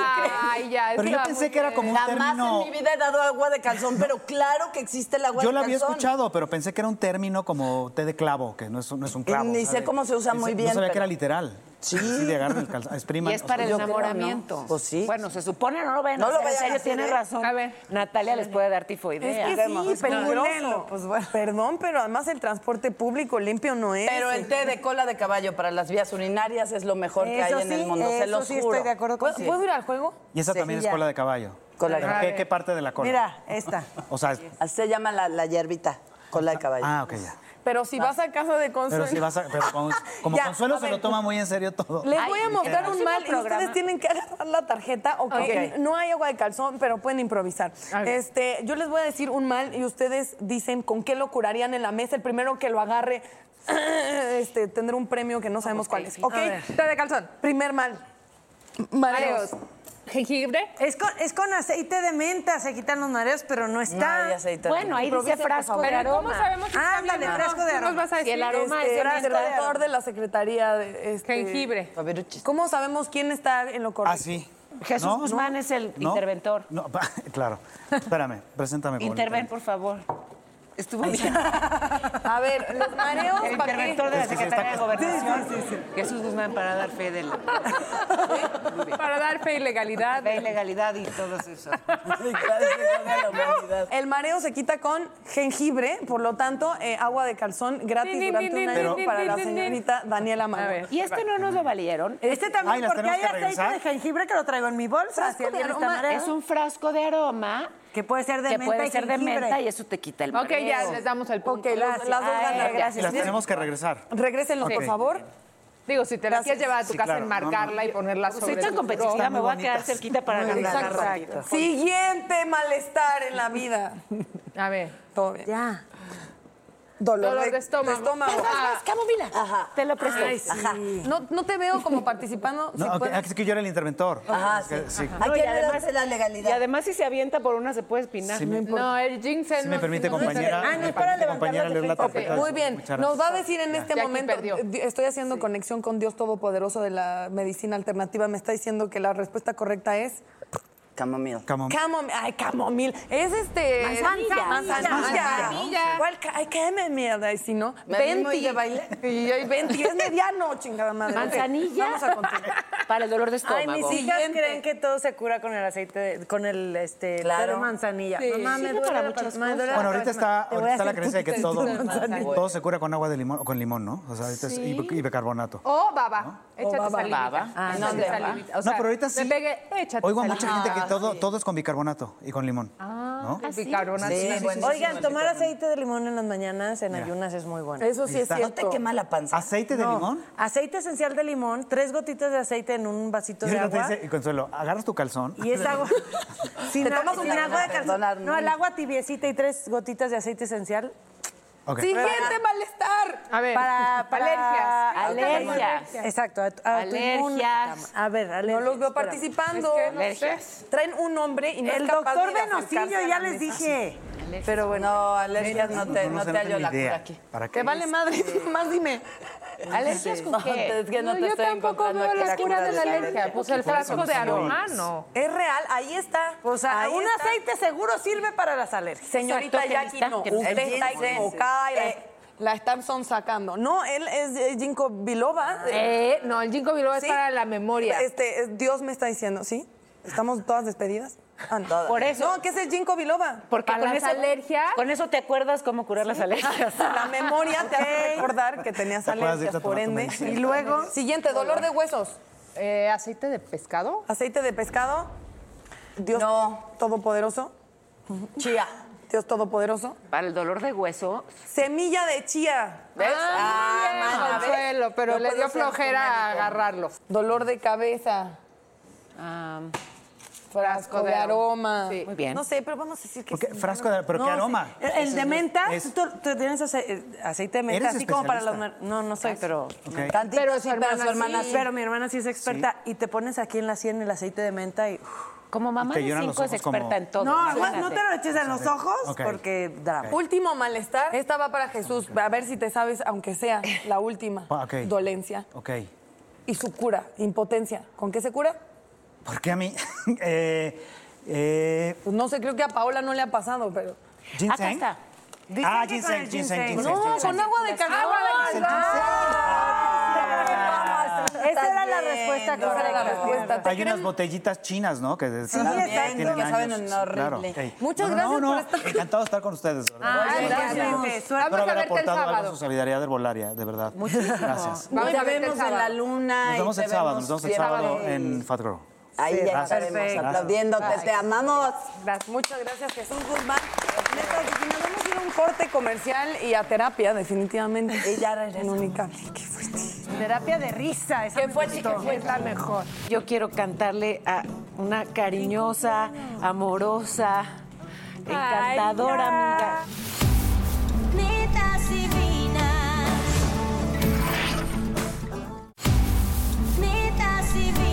Speaker 10: Ay, ya, Pero está yo pensé muy que era bien. como un
Speaker 16: Jamás
Speaker 12: término-
Speaker 16: en mi vida he dado agua de calzón, pero claro que existe el agua
Speaker 12: Yo
Speaker 16: de
Speaker 12: la
Speaker 16: calzón.
Speaker 12: había escuchado, pero pensé que era un término como té de clavo, que no es, un- no es un clavo.
Speaker 16: Ni sé cómo se usa
Speaker 12: Pensé-
Speaker 16: muy
Speaker 12: No
Speaker 16: bien,
Speaker 12: sabía que
Speaker 16: pero-
Speaker 12: era literal. Sí. de agarrar el calzón. expriman,
Speaker 8: Y es
Speaker 12: o sea,
Speaker 8: para el
Speaker 12: yo creo, ¿no?
Speaker 8: enamoramiento.
Speaker 12: Pues sí.
Speaker 8: Bueno, se supone, no lo ven.
Speaker 12: No
Speaker 8: No
Speaker 12: lo
Speaker 8: En
Speaker 12: vayan a
Speaker 8: serio,
Speaker 12: hacer,
Speaker 8: tienes
Speaker 12: ¿eh?
Speaker 8: razón. Natalia les puede dar tifoidea.
Speaker 9: Es pues, que sí, peligroso. Perdón, pero además el transporte público limpio no es.
Speaker 16: Pero el té de cola de caballo para las vías urinarias es lo mejor que
Speaker 9: Eso
Speaker 16: hay en el
Speaker 9: sí,
Speaker 16: mundo, se
Speaker 9: eso
Speaker 16: los
Speaker 9: sí
Speaker 16: juro.
Speaker 9: estoy de acuerdo
Speaker 16: ¿Puedo,
Speaker 9: contigo.
Speaker 16: puedo ir
Speaker 9: al juego?
Speaker 12: Y esa
Speaker 16: Sí,
Speaker 12: también es
Speaker 16: ya.
Speaker 12: cola de caballo.
Speaker 16: Cola de
Speaker 12: ¿Pero
Speaker 16: caballo.
Speaker 12: ¿Qué, qué parte de la cola?
Speaker 16: Mira, esta.
Speaker 12: O sea,
Speaker 16: Así se llama la, la hierbita, cola de caballo.
Speaker 12: ah, ok, ya.
Speaker 9: Pero si vas a casa de Consuelo.
Speaker 12: Pero si vas a, pero con-
Speaker 9: [laughs]
Speaker 12: como
Speaker 9: Ya,
Speaker 12: Consuelo
Speaker 9: a
Speaker 12: se
Speaker 9: ver.
Speaker 12: lo toma muy en serio todo.
Speaker 9: Les voy a mostrar
Speaker 12: Literal.
Speaker 9: un mal y ustedes tienen que agarrar la tarjeta. o que
Speaker 12: Ok.
Speaker 9: No hay agua de calzón, pero pueden improvisar. Este, yo les voy a decir un mal y ustedes dicen con qué lo curarían en la mesa. El primero que lo agarre [clears throat] este, tendrá un premio que no sabemos cuál es. ¿Ok?
Speaker 11: A ver.
Speaker 9: Té de calzón. Primer mal. Mareos.
Speaker 11: ¿Jengibre? Es con, es con aceite de menta, se quitan los mareos, pero no está.
Speaker 9: No hay aceite de Bueno, menta. ahí dice
Speaker 11: Improvisa, por
Speaker 9: frasco
Speaker 11: favor.
Speaker 9: de
Speaker 11: Pero
Speaker 9: aroma.
Speaker 11: ¿Cómo sabemos si está
Speaker 9: Ándale,
Speaker 11: bien o no?
Speaker 9: frasco de
Speaker 11: Tú nos
Speaker 9: aroma.
Speaker 11: vas a
Speaker 9: Si el
Speaker 11: decir,
Speaker 9: aroma
Speaker 11: este,
Speaker 9: es de
Speaker 11: frasco de
Speaker 9: menta.
Speaker 11: aroma.
Speaker 9: de la Secretaría de este-
Speaker 11: Jengibre.
Speaker 9: ¿Cómo sabemos quién está en lo correcto?
Speaker 12: Ah, sí.
Speaker 9: Jesús
Speaker 12: No,
Speaker 9: Guzmán
Speaker 12: no,
Speaker 9: es el
Speaker 12: no,
Speaker 9: interventor.
Speaker 12: No, [laughs] pa- claro. Espérame, preséntame. como
Speaker 8: Interven, por favor. Estuvo bien.
Speaker 9: A ver, los mareos,
Speaker 8: El
Speaker 9: ¿pa' qué?
Speaker 8: interventor de la
Speaker 9: Es que se
Speaker 8: Secretaría de
Speaker 9: está-
Speaker 8: Gobernación. Jesús Guzmán para dar fe de la...
Speaker 10: Para dar fe y legalidad.
Speaker 8: Fe y legalidad y todo [laughs] eso.
Speaker 9: El mareo se quita con jengibre, por lo tanto, eh, agua de calzón gratis
Speaker 8: Din, din,
Speaker 9: durante un
Speaker 8: din, din,
Speaker 9: año
Speaker 8: din,
Speaker 9: para
Speaker 8: din,
Speaker 9: la
Speaker 8: din,
Speaker 9: señorita Daniela Manuel.
Speaker 8: Y este no nos lo valieron.
Speaker 11: Este también,
Speaker 8: Ay, ¿las
Speaker 11: porque
Speaker 8: tenemos
Speaker 11: hay
Speaker 8: que
Speaker 11: aceite
Speaker 8: regresar?
Speaker 11: de jengibre que lo traigo en mi bolsa. si alguien está mareado.
Speaker 8: es un frasco de aroma
Speaker 11: que puede ser de
Speaker 8: que
Speaker 11: menta
Speaker 8: puede
Speaker 11: y
Speaker 8: ser de
Speaker 11: jengibre.
Speaker 8: menta y eso te quita el
Speaker 10: Ok, ya
Speaker 8: mareo.
Speaker 10: les damos el punto.
Speaker 9: Ok, las- las dos
Speaker 10: Ay,
Speaker 9: ganan.
Speaker 12: Y las tenemos que regresar.
Speaker 9: Regrésenlos, por
Speaker 12: Ok.
Speaker 9: favor.
Speaker 10: Digo, si te la quieres llevar a tu
Speaker 12: Sí,
Speaker 10: casa,
Speaker 12: claro,
Speaker 10: enmarcarla
Speaker 12: no, no.
Speaker 10: y ponerla
Speaker 8: Soy
Speaker 10: sobre
Speaker 8: tan
Speaker 10: tu
Speaker 8: competitiva,
Speaker 10: buró.
Speaker 8: me voy a quedar cerquita para
Speaker 10: Muy
Speaker 8: ganarla
Speaker 10: exacto.
Speaker 8: rápido.
Speaker 9: Siguiente malestar en la vida.
Speaker 10: A ver.
Speaker 9: Todo bien.
Speaker 8: Ya.
Speaker 9: Dolor,
Speaker 10: Dolor de estómago.
Speaker 9: estómago.
Speaker 10: Vas, vas,
Speaker 9: Ajá.
Speaker 8: Te lo presto.
Speaker 9: Ay, sí. No, no te veo como participando.
Speaker 12: No,
Speaker 9: si
Speaker 12: ok,
Speaker 9: puedes.
Speaker 12: es que yo era el interventor.
Speaker 9: Ajá,
Speaker 12: Es que- sí.
Speaker 8: No, y además-
Speaker 9: la legalidad.
Speaker 8: Y además si se avienta por una se puede espinar.
Speaker 12: Sí me-
Speaker 10: No, el ginseng.
Speaker 12: Si me
Speaker 10: no-
Speaker 12: permite,
Speaker 10: no se-
Speaker 12: compañera.
Speaker 10: Ah, no,
Speaker 12: me
Speaker 10: es
Speaker 12: permite,
Speaker 10: levantar
Speaker 12: compañera,
Speaker 10: las
Speaker 12: leer la
Speaker 10: defensas.
Speaker 12: tarjeta.
Speaker 9: Muy bien,
Speaker 12: Muchas
Speaker 9: nos va a
Speaker 12: gracias.
Speaker 9: decir en este
Speaker 10: Ya aquí
Speaker 9: momento,
Speaker 10: perdió.
Speaker 9: di- estoy haciendo conexión con Dios Todopoderoso de la medicina alternativa, me está diciendo que la respuesta correcta es
Speaker 16: Camomil.
Speaker 9: camomil. Ay, camomil. Es este...
Speaker 16: Manzanilla.
Speaker 9: Manzanilla.
Speaker 16: Manzanilla.
Speaker 9: Manzanilla. ¿Cuál ca- Ay, qué me mierda, y si no,
Speaker 16: Me animo y
Speaker 9: de baile. Y hoy 20, es mediano, chingada madre. Ok,
Speaker 8: Manzanilla.
Speaker 9: Vamos a continuar.
Speaker 8: Para el dolor de estómago.
Speaker 11: Ay, mis hijas creen que todo se cura con el aceite, de- con el este, té de
Speaker 8: Claro.
Speaker 11: manzanilla.
Speaker 8: Sí.
Speaker 11: Mamá, me
Speaker 8: Sirve
Speaker 11: duele
Speaker 8: para
Speaker 11: la
Speaker 8: muchas
Speaker 11: pa- me duele la
Speaker 12: Bueno, ahorita
Speaker 11: cabeza.
Speaker 12: está,
Speaker 11: Te voy
Speaker 12: ahorita
Speaker 11: a
Speaker 12: está la
Speaker 11: hacer
Speaker 12: creencia de que
Speaker 11: poquito
Speaker 12: todo,
Speaker 11: de manzanilla.
Speaker 12: todo se cura con agua de limón, con limón, ¿no? O sea, ahorita es- Pues, y- y bicarbonato.
Speaker 10: O baba. Échate
Speaker 12: baba.
Speaker 10: salivita.
Speaker 12: Baba. Ah,
Speaker 10: Échate
Speaker 12: no, de baba.
Speaker 10: salivita. O
Speaker 12: No,
Speaker 10: sea,
Speaker 12: pero ahorita sí.
Speaker 10: me pegué, échate
Speaker 12: Oigo a mucha
Speaker 10: salivita.
Speaker 12: gente que todo, todo es con bicarbonato y con limón.
Speaker 11: Ah,
Speaker 12: ¿No?
Speaker 11: ¿sí?
Speaker 10: bicarbonato. Sí, buenísimo.
Speaker 11: Oigan, tomar aceite de limón en las mañanas, en
Speaker 12: Mira.
Speaker 11: ayunas, es muy bueno.
Speaker 12: Eso sí Ahí es está. ¿No te cierto. quema
Speaker 11: la panza?
Speaker 12: ¿Aceite de limón?
Speaker 11: Aceite esencial de limón, tres gotitas de aceite en un vasito
Speaker 12: Y
Speaker 11: de
Speaker 12: ahorita te
Speaker 11: agua.
Speaker 12: dice, Consuelo, agarras tu calzón.
Speaker 11: Y es
Speaker 12: [laughs]
Speaker 11: agua. sin
Speaker 12: Te
Speaker 11: a-
Speaker 12: tomas un
Speaker 11: sin
Speaker 12: taco,
Speaker 11: agua de calzón.
Speaker 12: perdonar,
Speaker 11: No, el agua tibiecita y tres gotitas de aceite esencial.
Speaker 12: Ok.
Speaker 9: Siguiente malestar.
Speaker 10: A ver.
Speaker 9: [laughs]
Speaker 11: Para, para-
Speaker 8: Alergias. Alergias.
Speaker 11: Exacto. a- a tu inmun-
Speaker 8: Alergias.
Speaker 11: A ver, alergias.
Speaker 9: No los veo participando.
Speaker 11: Es que no Alergias.
Speaker 9: Traen un nombre y no
Speaker 11: El
Speaker 9: es capaz
Speaker 11: doctor
Speaker 9: de acercarse
Speaker 11: Venosillo,
Speaker 9: a la
Speaker 11: ya les
Speaker 9: mesa.
Speaker 11: dije.
Speaker 9: Pero bueno. No, alergias no te,
Speaker 12: No, no
Speaker 9: no
Speaker 12: sé,
Speaker 9: te
Speaker 12: no
Speaker 9: hallo
Speaker 12: tengo
Speaker 9: la
Speaker 12: idea.
Speaker 9: cura aquí.
Speaker 12: ¿Para
Speaker 9: Te
Speaker 11: [laughs]
Speaker 12: qué?
Speaker 9: vale madre, más dime. ¿Alergias con qué? No, yo tampoco veo las curas de la alergia. Pues el frasco de Aromano.
Speaker 11: Es real, ahí está. O sea,
Speaker 9: Ahí
Speaker 11: un
Speaker 9: está.
Speaker 11: aceite seguro sirve para las alergias.
Speaker 9: Señorita Jackie, no. Usted está equivocada. y la- Eh, La están sonsacando. No, él es eh, ginkgo biloba.
Speaker 11: Eh,
Speaker 9: no, el ginkgo biloba
Speaker 11: es para
Speaker 9: la memoria. Este, es- Dios me está diciendo, ¿sí? ¿Estamos todas despedidas? Ah, no.
Speaker 11: Por eso.
Speaker 9: No, ¿qué es el ginkgo biloba?
Speaker 11: Porque
Speaker 9: Para
Speaker 11: con
Speaker 9: las
Speaker 11: esa
Speaker 9: alergias-
Speaker 11: Con eso te acuerdas cómo curar las alergias.
Speaker 9: La memoria te hace recordar que tenías
Speaker 11: ¿Te acuerdas de
Speaker 9: alergias,
Speaker 11: irte a
Speaker 9: por
Speaker 11: tomar tu
Speaker 9: ende.
Speaker 11: medicina?
Speaker 9: Y luego, siguiente, dolor de huesos.
Speaker 10: Eh, ¿Aceite de pescado?
Speaker 9: ¿Aceite de pescado? Dios todopoderoso. Chía. Dios todopoderoso.
Speaker 8: Para el dolor de hueso.
Speaker 9: Semilla de chía.
Speaker 10: ¿Ves? Ah, muy bien, Consuelo, pero le dio flojera agarrarlo.
Speaker 9: Dolor de cabeza. frasco de aroma.
Speaker 11: Muy bien.
Speaker 9: No sé, pero vamos a decir que
Speaker 12: Porque
Speaker 9: sí.
Speaker 12: frasco de- ¿pero qué aroma?
Speaker 11: sí. Eh, El, el de menta,
Speaker 12: Es-
Speaker 11: tú, tú tienes ace- eh, aceite de menta,
Speaker 12: Eres
Speaker 11: así como para la...
Speaker 12: especialista.
Speaker 11: No, no soy, pero...
Speaker 12: Ok.
Speaker 11: Tantito
Speaker 9: Pero su hermana sí.
Speaker 11: Pero mi hermana sí es experta. Y te pones aquí en la sien el aceite de menta y... Como mamá
Speaker 12: Te de lloran los cinco es ojos como- experta en todo,
Speaker 11: No, no,
Speaker 12: imagínate.
Speaker 11: no te lo eches en los ojos
Speaker 12: Ok.
Speaker 11: Pues, porque drama.
Speaker 9: Último malestar. Esta va para Jesús. A ver si te sabes, aunque sea la última.
Speaker 12: Ah, ok.
Speaker 9: Dolencia.
Speaker 12: Ok.
Speaker 9: Y su cura, impotencia. ¿Con qué se cura?
Speaker 12: ¿Por qué a mí? [laughs] eh, eh,
Speaker 9: Pues no sé, creo que a Paola no le ha pasado, pero.
Speaker 12: ¿Ginseng? Acá está.
Speaker 9: Dicen
Speaker 12: Ah,
Speaker 9: que con
Speaker 12: ginseng,
Speaker 9: el
Speaker 12: ginseng, ginseng,
Speaker 9: No,
Speaker 12: ginseng.
Speaker 9: con agua de cajón.
Speaker 11: Agua de cajón.
Speaker 9: Esa era la respuesta
Speaker 11: no,
Speaker 9: correcta.
Speaker 11: no, no, no.
Speaker 12: hay unas botellitas chinas, ¿no? Que de-
Speaker 9: exacto,
Speaker 12: tienen
Speaker 9: que saben
Speaker 12: años.
Speaker 9: horrible.
Speaker 12: Claro, ok.
Speaker 9: Muchas gracias
Speaker 12: No, no, no,
Speaker 9: por estar-
Speaker 12: Encantado de estar con ustedes. de verdad.
Speaker 9: Ay,
Speaker 12: Espero
Speaker 9: gracias.
Speaker 12: haber-
Speaker 9: Vamos a
Speaker 12: Espero haber
Speaker 9: verte el
Speaker 12: aportado algo a
Speaker 9: sábado.
Speaker 12: su solidaridad herbolaria, de verdad.
Speaker 9: Muchísimo.
Speaker 12: Gracias.
Speaker 9: Vamos
Speaker 16: Te
Speaker 9: a verte el
Speaker 16: vemos en
Speaker 9: sábado.
Speaker 16: la luna.
Speaker 12: Nos
Speaker 16: y
Speaker 12: vemos
Speaker 16: te
Speaker 12: el sábado, nos vemos el sábado en Fat Girl.
Speaker 16: Ahí ya estaremos aplaudiéndote. Te amamos.
Speaker 9: Muchas gracias, Jesús Guzmán. Neta, Cristina, vamos a ir a un corte comercial y a terapia, definitivamente. Y ya regresamos. Qué fuerte.
Speaker 11: Terapia de risa, esa me gustó.
Speaker 9: fue la mejor.
Speaker 11: Yo quiero cantarle a una cariñosa, amorosa, encantadora amiga.
Speaker 6: Netas divinas. Netas divinas.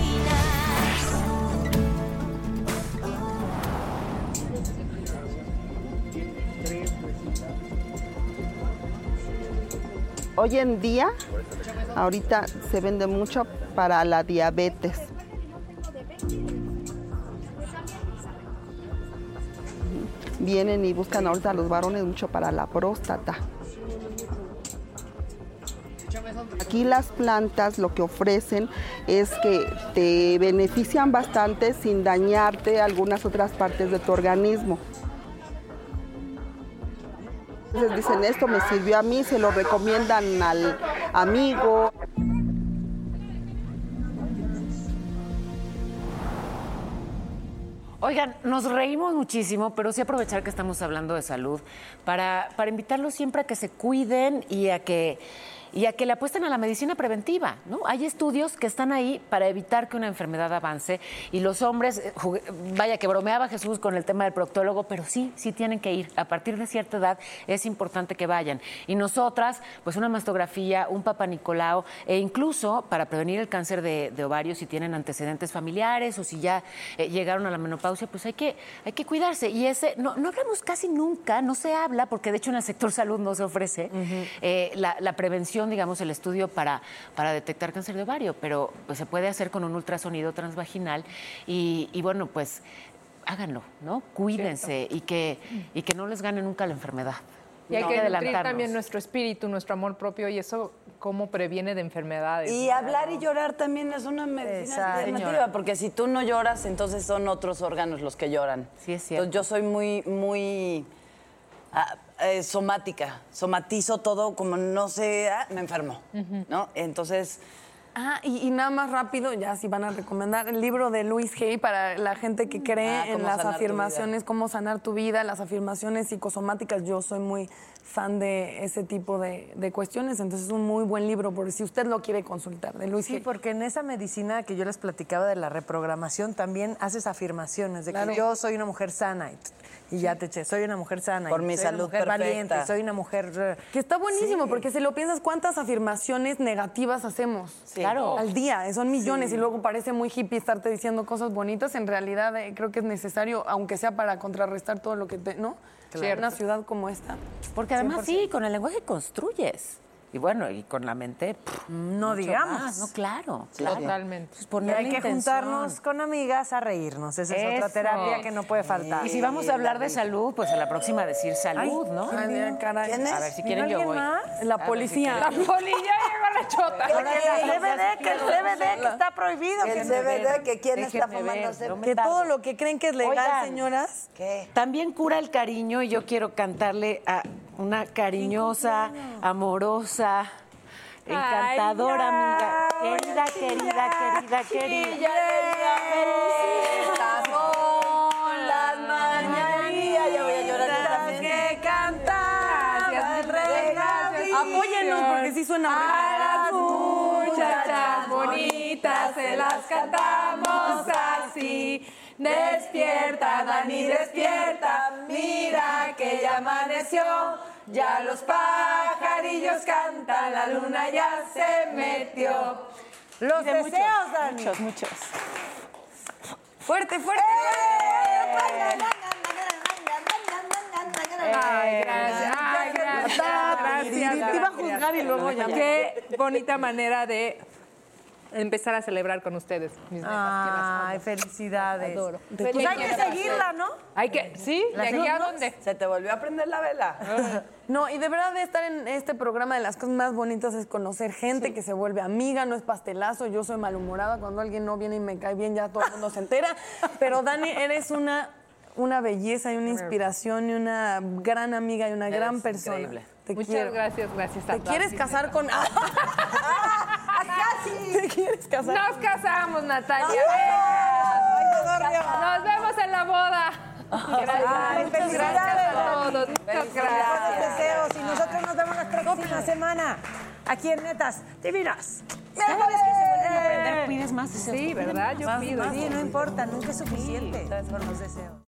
Speaker 17: Hoy en día, ahorita se vende mucho para la diabetes. Vienen y buscan ahorita a los varones mucho para la próstata. Aquí las plantas lo que ofrecen es que te benefician bastante sin dañarte algunas otras partes de tu organismo. Entonces dicen esto me sirvió a mí, se lo recomiendan al amigo.
Speaker 8: Oigan, nos reímos muchísimo, pero sí aprovechar que estamos hablando de salud para, para invitarlos siempre a que se cuiden y a que, y a que le apuesten a la medicina preventiva, ¿no? Hay estudios que están ahí para evitar que una enfermedad avance y los hombres, eh, jugue- vaya que bromeaba Jesús con el tema del proctólogo, pero sí, sí tienen que ir. A partir de cierta edad es importante que vayan. Y nosotras, pues una mastografía, un papá Nicolau e incluso para prevenir el cáncer de, de ovario si tienen antecedentes familiares o si ya eh, llegaron a la menopausia, pues hay que, hay que cuidarse. Y ese, no, no hablamos casi nunca, no se habla, porque de hecho en el sector salud no se ofrece eh, la, la prevención, digamos, el estudio para, para detectar cáncer de ovario, pero pues, se puede hacer con un ultrasonido transvaginal y, y, bueno, pues háganlo, ¿no? Cuídense y que, y que no les gane nunca la enfermedad.
Speaker 10: Y hay
Speaker 8: No.
Speaker 10: que nutrir
Speaker 8: adelantarnos.
Speaker 10: también nuestro espíritu, nuestro amor propio y eso cómo previene de enfermedades.
Speaker 7: Y hablar y llorar también es una medicina
Speaker 10: Exacto.
Speaker 7: alternativa, porque si tú no lloras, entonces son otros órganos los que lloran. Sí, es cierto. yo soy muy, muy ah, eh, somática, somatizo todo como no sé, ah, me enfermo, ¿no? Entonces,
Speaker 9: Ah, y, y nada más rápido, ya si van a recomendar el libro de Luis Hay para la gente que cree
Speaker 7: Ah,
Speaker 9: en
Speaker 7: cómo
Speaker 9: las
Speaker 7: sanar tu
Speaker 9: afirmaciones, cómo sanar tu vida, las afirmaciones psicosomáticas. Yo soy muy fan de ese tipo de, de cuestiones, entonces es un muy buen libro por si usted lo quiere consultar, de Luis
Speaker 11: Sí,
Speaker 9: Hay.
Speaker 11: porque en esa medicina que yo les platicaba de la reprogramación también haces afirmaciones de
Speaker 9: Claro.
Speaker 11: que yo soy una mujer sana y, y ya te eché, soy una mujer sana. y
Speaker 9: Por mi
Speaker 11: soy una
Speaker 9: salud
Speaker 11: mujer valiente,
Speaker 9: perfecta.
Speaker 11: soy una mujer... eh,
Speaker 9: Que está buenísimo, porque si lo piensas, ¿cuántas afirmaciones negativas hacemos?
Speaker 11: Claro.
Speaker 9: Al día, eh, son millones, y luego parece muy hippie estarte diciendo cosas bonitas. En realidad, eh, creo que es necesario, aunque sea para contrarrestar todo lo que te. ¿No?
Speaker 8: Claro.
Speaker 9: Una ciudad como esta.
Speaker 8: Porque además sí, con el lenguaje construyes. Y bueno, y con la mente. pff, mucho
Speaker 11: digamos.
Speaker 8: más. No, claro.
Speaker 11: Sí,
Speaker 8: claro.
Speaker 11: totalmente.
Speaker 8: Pues ponerle
Speaker 11: Y hay que
Speaker 8: intención.
Speaker 11: juntarnos con amigas a reírnos. Esa es otra
Speaker 8: Eso.
Speaker 11: terapia que no puede faltar.
Speaker 8: Y si vamos a hablar de salud, pues a la próxima decir salud,
Speaker 11: Ay,
Speaker 8: ¿no?
Speaker 11: ¿quién vino? Ay, caray. ¿Quién
Speaker 8: A
Speaker 11: es?
Speaker 8: ver si
Speaker 11: ¿Vino
Speaker 8: quieren yo
Speaker 11: alguien
Speaker 8: voy.
Speaker 11: más? La
Speaker 8: A ver si
Speaker 11: policía.
Speaker 8: quieren.
Speaker 11: La poli-
Speaker 8: [laughs]
Speaker 10: Y ya llegó la chota.
Speaker 11: Que el CBD, que el CBD que está prohibido.
Speaker 16: El
Speaker 11: que-
Speaker 16: CBD, que quién está
Speaker 8: Déjenme ver,
Speaker 16: fumando CBD.
Speaker 8: no me
Speaker 11: Que todo
Speaker 8: tardo.
Speaker 11: lo que creen que es legal,
Speaker 8: Oigan.
Speaker 11: señoras.
Speaker 16: ¿Qué?
Speaker 8: También cura el cariño y yo quiero cantarle a una cariñosa, amorosa, encantadora amiga. Querida, querida, querida, querida.
Speaker 16: Con las mañanitas, ya voy a llorar yo también.
Speaker 11: que cantaba el rey David.
Speaker 9: Apóyennos, porque sí suena
Speaker 11: A las
Speaker 9: muchachas
Speaker 11: bonitas
Speaker 9: se las
Speaker 11: cantamos
Speaker 9: así. Despierta, Dani, despierta, mira que ya amaneció. Ya los pajarillos cantan, la luna ya se metió. Los deseos, Dani.
Speaker 11: Muchos, muchos.
Speaker 9: Fuerte, fuerte. ¡Eh!
Speaker 11: Ay,
Speaker 10: Ah,
Speaker 9: gracias. Ay, gracias. Gracias.
Speaker 11: Te iba a juzgar y luego ya.
Speaker 10: Qué bonita manera de empezar a celebrar con ustedes. mis nenas, que las amo.
Speaker 11: Ay, felicidades.
Speaker 10: Adoro.
Speaker 11: Pues hay que seguirla, ¿no?
Speaker 10: Hay que, sí,
Speaker 11: ¿La
Speaker 10: de aquí a
Speaker 11: seguimos?
Speaker 10: dónde. Ah.
Speaker 16: Se te volvió a prender la vela.
Speaker 9: No, y de verdad de estar en este programa de las cosas más bonitas es conocer gente que se vuelve amiga, no es pastelazo, yo soy malhumorada, cuando alguien no viene y me cae bien ya todo el mundo se entera, pero Dani, eres una, una belleza y una inspiración y una gran amiga y una
Speaker 10: Eres
Speaker 9: gran persona.
Speaker 10: increíble.
Speaker 9: Te
Speaker 10: Muchas
Speaker 9: quiero.
Speaker 10: gracias, gracias a
Speaker 9: ¿Te
Speaker 10: todas,
Speaker 9: quieres
Speaker 10: mis
Speaker 9: casar
Speaker 10: [laughs]
Speaker 9: con... [laughs]
Speaker 10: ¡Casi!
Speaker 9: ¿Te quieres casar?
Speaker 10: Nos casamos, Natalia.
Speaker 9: ¡Ay!
Speaker 10: Nos vemos en la boda. Gracias,
Speaker 11: Ay,
Speaker 10: muchas
Speaker 11: felicidades,
Speaker 10: gracias a
Speaker 11: Dani.
Speaker 10: todos. Muchas
Speaker 11: Buenos
Speaker 10: gracias.
Speaker 11: deseos y nosotros nos vemos la próxima semana aquí en Netas Divinas. Eh,
Speaker 8: Cada vez que se vuelven a aprender, pides más deseos.
Speaker 10: Sí, ¿verdad? Yo
Speaker 11: Más,
Speaker 10: pido.
Speaker 11: más. Sí, no importa, nunca es suficiente. Los deseos.